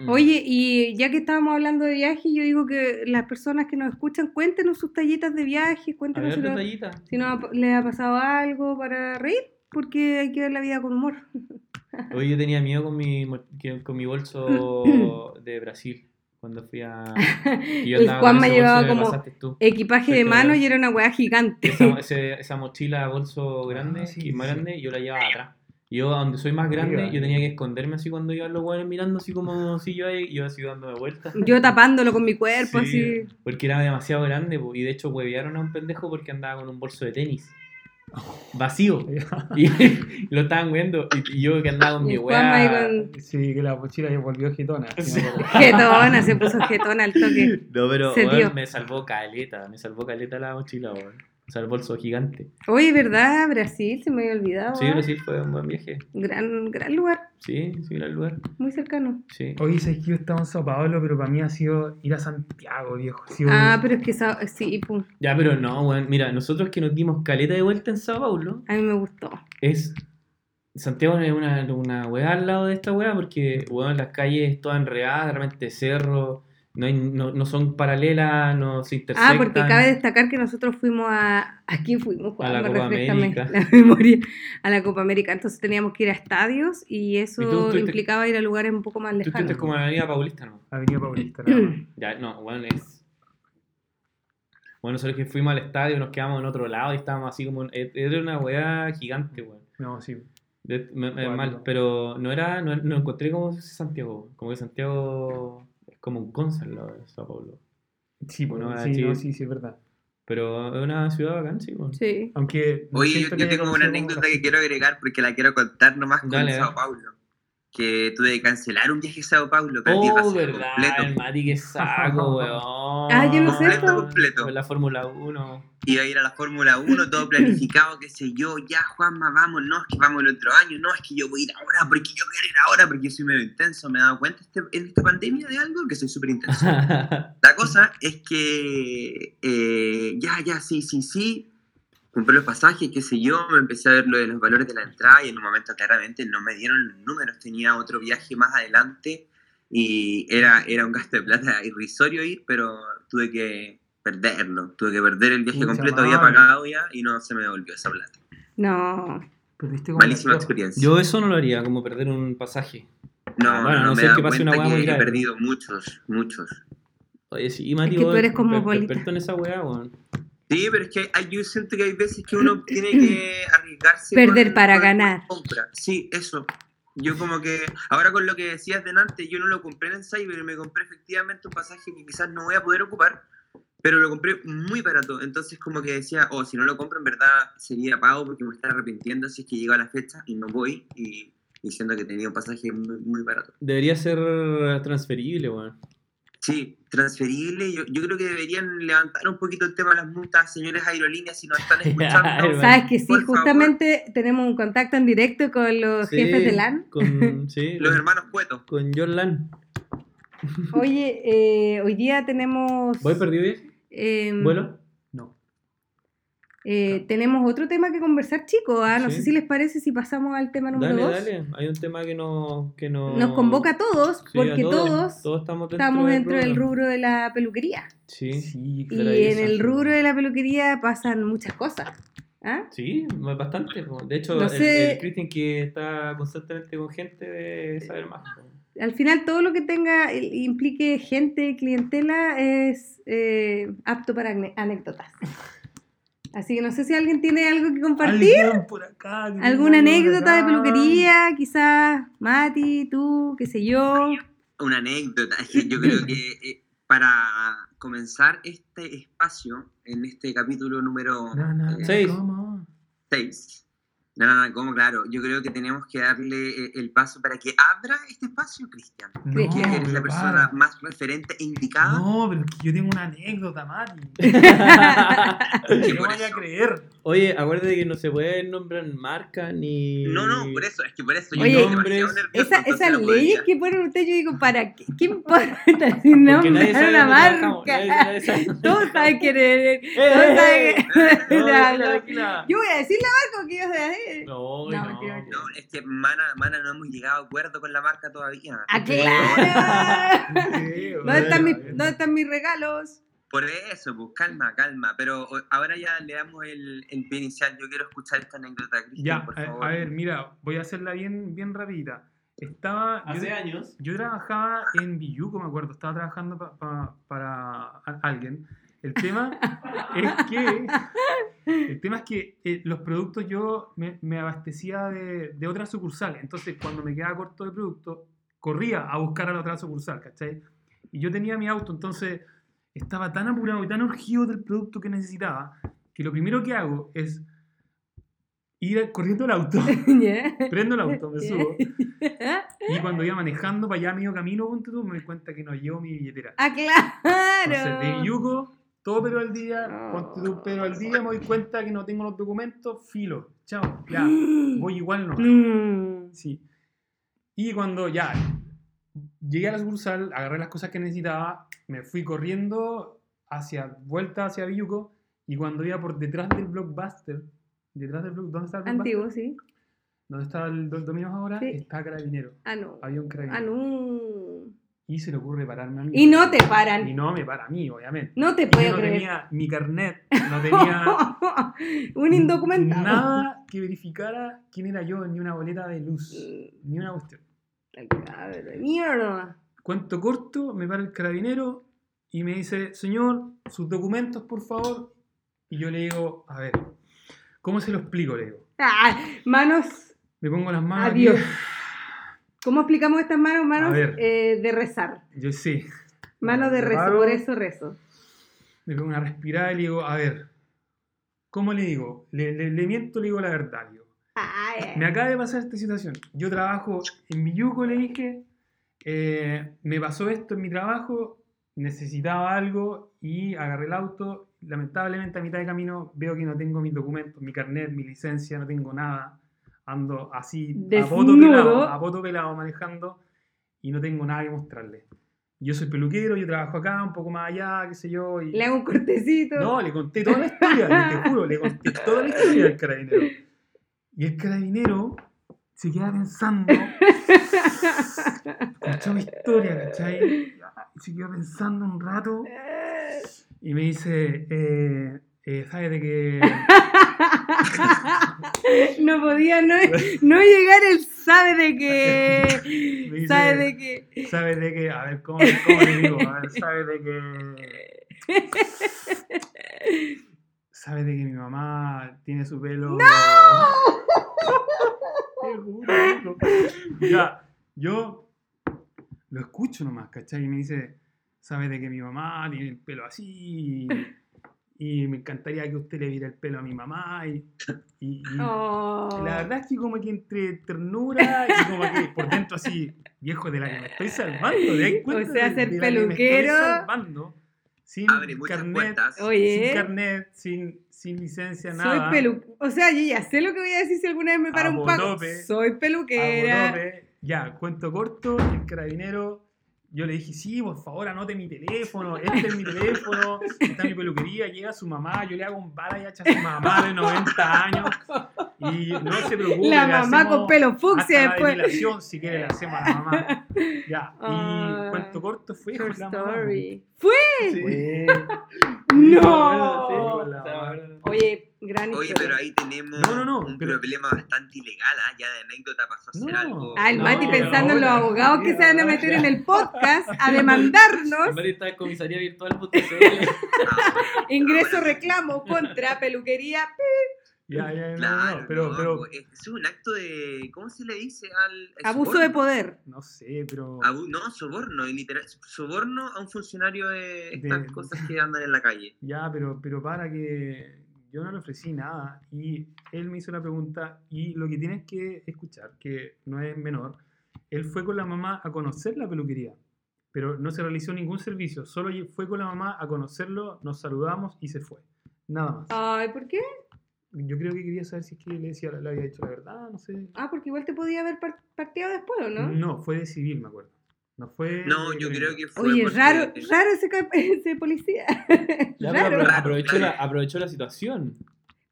Speaker 2: Mm.
Speaker 3: Oye, y ya que estábamos hablando de viaje, yo digo que las personas que nos escuchan, cuéntenos sus tallitas de viaje,
Speaker 2: A
Speaker 3: cuéntenos si,
Speaker 2: ver,
Speaker 3: no-
Speaker 2: detallita.
Speaker 3: si nos ha- les ha pasado algo para reír, porque hay que ver la vida con humor.
Speaker 2: Hoy yo tenía miedo con mi, mo- que- con mi bolso de Brasil cuando fui a. y
Speaker 3: El
Speaker 2: andaba con
Speaker 3: Juan me
Speaker 2: ese bolso
Speaker 3: llevaba
Speaker 2: que
Speaker 3: como-
Speaker 2: pasaste tú.
Speaker 3: Equipaje de
Speaker 2: Perfecto,
Speaker 3: mano
Speaker 2: ya.
Speaker 3: y era una weá gigante.
Speaker 2: Esa, ese- esa mochila, bolso grande,
Speaker 5: Ah, sí,
Speaker 2: que es más
Speaker 5: sí.
Speaker 2: grande, yo la llevaba atrás. Y Yo, donde soy más grande,
Speaker 5: Arriba.
Speaker 2: yo tenía que esconderme así cuando iban los hueones mirando así como si yo ahí, y yo así dándome vueltas.
Speaker 3: Yo tapándolo con mi cuerpo,
Speaker 2: Sí,
Speaker 3: así.
Speaker 2: Porque era demasiado grande, po, y de hecho huevearon a un pendejo porque andaba con un bolso de tenis. Vacío. Y lo estaban viendo. Y, y yo que andaba
Speaker 3: Y
Speaker 2: con mi
Speaker 3: el Juanma ahí
Speaker 2: hueá.
Speaker 3: con
Speaker 5: Sí, que la mochila se volvió gitona. sí me acuerdo.
Speaker 3: jetona, se puso jetona al toque.
Speaker 2: No, pero
Speaker 3: Se
Speaker 2: weón,
Speaker 3: dio.
Speaker 2: me salvó caleta, me salvó caleta la mochila, weón. O sea, el bolso gigante.
Speaker 3: Oye, ¿verdad? Brasil, se me había olvidado.
Speaker 2: Sí,
Speaker 3: ah.
Speaker 2: Brasil fue un buen viaje.
Speaker 3: Gran, gran lugar,
Speaker 2: Sí, sí, era el lugar.
Speaker 3: muy cercano.
Speaker 2: Sí.
Speaker 5: Hoy sé que yo estaba en Sao Paulo, pero para mí ha sido ir a Santiago, viejo. Ha sido-
Speaker 3: Ah, pero es que esa- sí, pum,
Speaker 2: Ya, pero no, weón. Mira, nosotros que nos dimos caleta de vuelta en Sao Paulo,
Speaker 3: a mí me gustó.
Speaker 2: es. Santiago es una, una weá al lado de esta weá porque, weón, las calles todas enredadas, realmente cerro, no, hay- no, no son paralelas, no se
Speaker 3: Ah,
Speaker 2: intersectan.
Speaker 3: porque cabe destacar que nosotros fuimos a. ¿A quién fuimos?
Speaker 2: A la
Speaker 3: Juan?
Speaker 2: Copa
Speaker 3: Refréscame
Speaker 2: América.
Speaker 3: La memoria. A la Copa América. Entonces teníamos que ir a estadios y eso
Speaker 2: Y tú estuviste-
Speaker 3: implicaba ir a lugares un poco más
Speaker 2: Tú
Speaker 3: lejanos.
Speaker 2: estuviste como en la avenida Paulista, ¿no?
Speaker 5: Avenida Paulista. nada más.
Speaker 2: Ya, no, bueno, es. Bueno, nosotros que fuimos al estadio, nos quedamos en otro lado y estábamos así como. en- Era una weá gigante, weón.
Speaker 5: No, sí.
Speaker 2: De- me- me-
Speaker 5: Cuático.
Speaker 2: mal, pero no era. No, no encontré como Santiago. Como que Santiago es como un consul lo de Sao Paulo.
Speaker 5: Sí,
Speaker 2: Bueno,
Speaker 5: pues,
Speaker 2: ah,
Speaker 5: sí,
Speaker 2: sí.
Speaker 5: no, sí, sí, es verdad.
Speaker 2: Pero es una ciudad bacán, sí, weón.
Speaker 3: Sí.
Speaker 5: Aunque. no
Speaker 4: Oye, yo,
Speaker 5: siento
Speaker 4: yo
Speaker 5: que haya
Speaker 4: tengo
Speaker 5: conocido
Speaker 4: una
Speaker 5: como
Speaker 4: anécdota
Speaker 5: Brasil.
Speaker 4: que quiero agregar porque la quiero contar nomás con
Speaker 2: Dale,
Speaker 4: Sao
Speaker 2: eh.
Speaker 4: Paulo. Que tuve que cancelar un viaje a Sao Paulo, perdí el
Speaker 2: Oh,
Speaker 4: pasaje
Speaker 2: verdad, el
Speaker 4: completo.
Speaker 2: Mati, que saco, weón.
Speaker 3: Ah, yo no sé
Speaker 4: Completo,
Speaker 3: esto.
Speaker 4: completo.
Speaker 2: Con la Fórmula 1.
Speaker 4: Iba a ir a la Fórmula 1, todo planificado, qué sé yo, ya Juanma, vamos, no, es que vamos el otro año, no, es que yo voy a ir ahora, porque yo quiero ir ahora, porque yo soy medio intenso, me he dado cuenta este- en esta pandemia de algo que soy súper intenso. La cosa es que eh, ya, ya, sí, sí, sí. Compré los pasajes, qué sé yo, me empecé a ver lo de los valores de la entrada y en un momento claramente no me dieron los números, tenía otro viaje más adelante y era, era un gasto de plata irrisorio ir, pero tuve que perderlo, tuve que perder el viaje
Speaker 5: Mucha
Speaker 4: completo,
Speaker 5: madre.
Speaker 4: había pagado ya y no se me devolvió esa plata.
Speaker 3: No.
Speaker 5: Perdiste como
Speaker 4: Malísima
Speaker 5: la-
Speaker 4: experiencia.
Speaker 2: Yo eso no lo haría, como perder un pasaje.
Speaker 4: no,
Speaker 2: bueno, a no
Speaker 4: me
Speaker 2: ser
Speaker 4: he
Speaker 2: que
Speaker 4: dado
Speaker 2: pase una
Speaker 4: cuenta
Speaker 2: hueá muy
Speaker 4: que he
Speaker 2: grave.
Speaker 4: perdido muchos, muchos.
Speaker 2: Oye, sí, Mati,
Speaker 3: que tú
Speaker 2: vos
Speaker 3: eres
Speaker 2: per-
Speaker 3: cosmopolita.
Speaker 2: experto en esa weá, weón.
Speaker 4: Sí, pero es que hay- yo siento que hay veces que uno tiene que arriesgarse.
Speaker 3: Perder para
Speaker 4: con-
Speaker 3: ganar.
Speaker 4: compra. Sí, eso. Yo como que, ahora con lo que decías delante, yo no lo compré en Cyber, me compré efectivamente un pasaje que quizás no voy a poder ocupar, pero lo compré muy barato. Entonces como que decía, oh, si no lo compro en verdad sería pago porque me estaré arrepintiendo si es que llega la fecha y no voy y diciendo que tenía un pasaje muy, muy barato.
Speaker 2: Debería ser transferible, weón.
Speaker 4: Sí, transferible, yo, yo creo que deberían levantar un poquito el tema de las multas, señores aerolíneas, si nos están escuchando.
Speaker 3: Sabes que sí,
Speaker 4: Por favor.
Speaker 3: justamente tenemos un contacto en directo con los
Speaker 2: Sí,
Speaker 3: jefes de LAN.
Speaker 2: Con, sí,
Speaker 4: Los
Speaker 2: con-
Speaker 4: hermanos Cueto.
Speaker 2: con John Lan.
Speaker 3: Oye, eh, hoy día tenemos.
Speaker 2: ¿Voy perdido viaje?
Speaker 3: em,
Speaker 2: ¿Vuelo?
Speaker 5: No.
Speaker 3: eh, tenemos otro tema que conversar, chicos. ah, No
Speaker 2: Sí.
Speaker 3: sé si les parece si pasamos al tema número
Speaker 2: Dale,
Speaker 3: dos.
Speaker 2: dale. Hay un tema que nos... Que no-
Speaker 3: Nos convoca a todos,
Speaker 2: Sí, a
Speaker 3: porque todos,
Speaker 2: estamos dentro,
Speaker 3: estamos
Speaker 2: del
Speaker 3: dentro del
Speaker 2: rubro.
Speaker 3: rubro de la peluquería.
Speaker 2: Sí.
Speaker 5: Sí,
Speaker 3: Y
Speaker 2: Claro, ahí
Speaker 3: en
Speaker 2: esa.
Speaker 3: el rubro de la peluquería pasan muchas cosas. ¿Ah?
Speaker 2: Sí, bastante. po. De hecho,
Speaker 3: No
Speaker 2: el-
Speaker 3: sé-
Speaker 2: el, Christian que está constantemente con gente de saber más. po.
Speaker 3: Al final todo lo que tenga eh, implique gente, clientela, es eh, apto para ane- anécdotas. Así que no sé si alguien tiene algo que compartir.
Speaker 5: Alguien por acá, que
Speaker 3: ¿Alguna
Speaker 5: tenga algo
Speaker 3: anécdota de
Speaker 5: acá.
Speaker 3: peluquería? Quizás Mati, tú, qué sé yo.
Speaker 4: una anécdota. Es que yo creo que eh, para comenzar este espacio, en este capítulo número
Speaker 5: No, no, no,
Speaker 2: Seis.
Speaker 5: ¿cómo?
Speaker 4: 6, no, no, no, ¿cómo? Claro, yo creo que tenemos que darle eh, el paso para que abra este espacio, Cristian.
Speaker 5: No,
Speaker 3: Sí.
Speaker 4: Que eres la
Speaker 5: pero
Speaker 4: persona
Speaker 5: para.
Speaker 4: más referente e indicada.
Speaker 5: No, pero es que yo tengo una anécdota, Mati.
Speaker 4: Sí,
Speaker 5: Que no
Speaker 4: por
Speaker 5: vaya a
Speaker 4: eso.
Speaker 5: creer.
Speaker 2: Oye, acuérdate que no se puede nombrar marca ni...
Speaker 4: No, no, por eso, es que por eso
Speaker 3: Oye,
Speaker 4: yo estaba demasiado
Speaker 2: nombres-
Speaker 4: nervioso,
Speaker 3: Esa,
Speaker 4: entonces
Speaker 3: esas
Speaker 4: no
Speaker 3: leyes
Speaker 4: podía.
Speaker 3: que ponen ustedes, yo digo, ¿para qué, ¿Qué importa si
Speaker 2: Porque nadie
Speaker 3: nombrar una
Speaker 2: sabe dónde trabajamos, nadie-
Speaker 3: marca?
Speaker 2: nadie sabe-
Speaker 3: Todos saben quién eres.
Speaker 2: ¡Eh,
Speaker 3: Todos
Speaker 2: eh,
Speaker 3: saben
Speaker 2: eh!
Speaker 3: que-
Speaker 2: No,
Speaker 3: La- la-
Speaker 2: tranquila.
Speaker 3: Yo voy a decir la marca que yo sé. sé.
Speaker 2: No,
Speaker 3: No,
Speaker 2: no.
Speaker 3: mentira,
Speaker 2: no.
Speaker 4: No, es que Mana, Mana no hemos llegado a acuerdo con la marca todavía.
Speaker 3: ¡Aclara!
Speaker 5: Sí,
Speaker 3: ¿Dónde están, mis,
Speaker 5: bueno,
Speaker 3: ¿Dónde están mis regalos?
Speaker 4: Por eso, pues calma, calma. Pero o- ahora ya le damos el, el pie inicial. Yo quiero escuchar esta anécdota, Cristian,
Speaker 5: Ya,
Speaker 4: por
Speaker 5: a,
Speaker 4: favor.
Speaker 5: a ver, mira, voy a hacerla bien, bien rapidita. Estaba. yo-
Speaker 2: Hace años.
Speaker 5: Yo trabajaba en Biyuco, me acuerdo, estaba trabajando pa- pa- para a- alguien. El tema es que, el tema es que eh, los productos yo me, me abastecía de, de otras sucursales. Entonces, cuando me quedaba corto de producto, corría a buscar a la otra sucursal, ¿cachai? Y yo tenía mi auto, entonces estaba tan apurado y tan urgido del producto que necesitaba que lo primero que hago es ir corriendo al auto,
Speaker 3: Ya.
Speaker 5: prendo el auto, me
Speaker 3: Ya.
Speaker 5: subo. Y cuando iba manejando para allá, medio camino, ponte tú, me di cuenta que no llevo mi billetera.
Speaker 3: Ah,
Speaker 5: Entonces, de
Speaker 3: ¡Aclaro!
Speaker 5: Yugo, todo pero al día,
Speaker 3: Oh.
Speaker 5: ponte tú, pero al día, me doy cuenta que no tengo los documentos, filo, chao, ya, voy igual nomás.
Speaker 3: Mm.
Speaker 5: Sí. Y cuando ya llegué a la sucursal, agarré las cosas que necesitaba, me fui corriendo hacia, vuelta hacia Villuco, y cuando iba por detrás del blockbuster, detrás del blockbuster, ¿dónde está el blockbuster?
Speaker 3: Antiguo, sí.
Speaker 5: ¿Dónde está el do- Domino's ahora?
Speaker 3: Sí.
Speaker 5: Está Carabinero.
Speaker 3: Ah, no.
Speaker 5: Había un carabinero.
Speaker 3: Ah, no.
Speaker 5: Y se le ocurre pararme a mí.
Speaker 3: Y no te
Speaker 5: Y
Speaker 3: paran.
Speaker 5: no me para a mí, obviamente.
Speaker 3: No te
Speaker 5: Y yo
Speaker 3: puedo
Speaker 5: no
Speaker 3: creer.
Speaker 5: tenía mi carnet, no tenía
Speaker 3: Un indocumentado.
Speaker 5: nada que verificara quién era yo, ni una boleta de luz,
Speaker 3: Mm,
Speaker 5: ni una cuestión.
Speaker 3: el cabro de Mierda.
Speaker 5: Cuento corto, me para el carabinero y me dice, señor, sus documentos, por favor. Y yo le digo, a ver, ¿cómo se lo explico? Le digo.
Speaker 3: Ah, manos,
Speaker 5: Me pongo las manos. aquí.
Speaker 3: adiós. ¿Cómo explicamos estas manos? Manos
Speaker 5: ver.
Speaker 3: eh, de rezar.
Speaker 5: Yo sí.
Speaker 3: Manos de rezo,
Speaker 5: Raro.
Speaker 3: por eso rezo.
Speaker 5: Le pego una respirada y le digo, a ver, ¿cómo le digo? Le, le- le miento, le digo la verdad. le digo.
Speaker 3: Ay,
Speaker 5: Me acaba de pasar esta situación. Yo trabajo en mi yuco, le dije. eh, me pasó esto en mi trabajo. Necesitaba algo y agarré el auto. Lamentablemente, a mitad de camino veo que no tengo mis documentos, mi carnet, mi licencia, no tengo nada. Ando así, a poto
Speaker 3: Desnudo.
Speaker 5: pelado, a poto pelado manejando y no tengo nada que mostrarle. Yo soy peluquero, yo trabajo acá, un poco más allá, qué sé yo. Y...
Speaker 3: le hago un cortecito.
Speaker 5: No, le conté toda la historia, te juro, le conté toda la historia al carabinero. Y el carabinero se queda pensando, escuchó mi historia, ¿cachai? Y se quedó pensando un rato
Speaker 3: Eh.
Speaker 5: y me dice, eh, eh, ¿sabes de qué?
Speaker 3: no podía no, no llegar el sabe de que.
Speaker 5: dice-
Speaker 3: Sabe de que.
Speaker 5: ¿Sabes de qué? A ver, ¿cómo, cómo le digo? A ver, ¿sabes de qué? ¿Sabes de que mi mamá tiene su pelo? ¡No! Te juro, loco. Ya, yo lo escucho nomás, ¿cachai? Y me dice, ¿sabes de que mi mamá tiene el pelo así? Y me encantaría que usted le viera el pelo a mi mamá. Y, y- y
Speaker 3: Oh.
Speaker 5: la verdad es que como que entre ternura y como que por dentro así, viejo de la que me estoy salvando. ¿te das cuenta?
Speaker 3: O sea,
Speaker 5: De- de la
Speaker 3: ser
Speaker 5: que me estoy
Speaker 3: peluquero.
Speaker 5: salvando, sin
Speaker 4: Abre muchas
Speaker 5: carnet,
Speaker 4: puertas.
Speaker 5: sin
Speaker 3: Oye.
Speaker 5: carnet, sin, sin licencia, nada.
Speaker 3: Soy peluquera. O sea, yo ya sé lo que voy a decir si alguna vez me para un paco.
Speaker 5: Abotope.
Speaker 3: Soy
Speaker 5: A
Speaker 3: peluquera.
Speaker 5: Bodope. Ya, cuento corto, el carabinero. Yo le dije, sí, por favor, anote mi teléfono, este es mi teléfono, está mi peluquería, llega su mamá, yo le hago un balayage a su mamá de 90 años y no se preocupe.
Speaker 3: La
Speaker 5: le
Speaker 3: mamá
Speaker 5: hacemos
Speaker 3: con pelo fucsia
Speaker 5: hasta La
Speaker 3: después.
Speaker 5: depilación, si quiere, le hacemos a la mamá. Ya, y
Speaker 3: Ah,
Speaker 5: cuento corto fue
Speaker 3: Your
Speaker 5: con la mamá.
Speaker 3: story. ¡Fue!
Speaker 5: Fue-
Speaker 3: ¡No! Oye, gran
Speaker 4: Oye,
Speaker 3: historia.
Speaker 4: pero ahí tenemos
Speaker 5: No, no, no,
Speaker 4: un
Speaker 5: pero-
Speaker 4: problema bastante ilegal, ¿ah? ya de anécdota pasó a ser
Speaker 5: No.
Speaker 4: algo.
Speaker 3: Ah, el
Speaker 2: No,
Speaker 3: Mati pensando en los
Speaker 5: ahora,
Speaker 3: abogados que se van a meter
Speaker 2: ahora.
Speaker 3: en el podcast a demandarnos.
Speaker 2: En vez de estar en comisaría virtual, pues,
Speaker 3: Ingreso reclamo contra peluquería.
Speaker 5: Ya, ya, no,
Speaker 4: Claro,
Speaker 5: no, pero,
Speaker 4: no,
Speaker 5: pero,
Speaker 4: pues, es, es un acto de. ¿Cómo se le dice al. al
Speaker 3: Abuso de
Speaker 4: soborno?
Speaker 3: poder.
Speaker 5: no sé, pero...
Speaker 4: Abu- no, soborno, y literal. Soborno a un funcionario de estas
Speaker 5: De-
Speaker 4: cosas que andan en la calle.
Speaker 5: Ya, pero, pero para que yo no le ofrecí nada y él me hizo la pregunta y lo que tienes que escuchar, que no es menor, él fue con la mamá a conocer la peluquería, pero no se realizó ningún servicio, solo lle- fue con la mamá a conocerlo, nos saludamos y se fue. Nada más.
Speaker 3: Ay, ¿por qué?
Speaker 5: Yo creo que quería saber si es que le decía, le había dicho la verdad, no sé.
Speaker 3: Ah, porque igual te podía haber par- partido después, ¿o
Speaker 2: Mm,
Speaker 3: no?
Speaker 5: fue de civil, me acuerdo. No fue...
Speaker 4: No,
Speaker 5: de
Speaker 4: yo
Speaker 5: crimen.
Speaker 4: creo que fue.
Speaker 3: Oye,
Speaker 4: porque-
Speaker 3: raro, raro ese, cap- ese policía.
Speaker 2: Ya, pero
Speaker 3: raro.
Speaker 2: apro- aprovechó la, aprovechó la situación.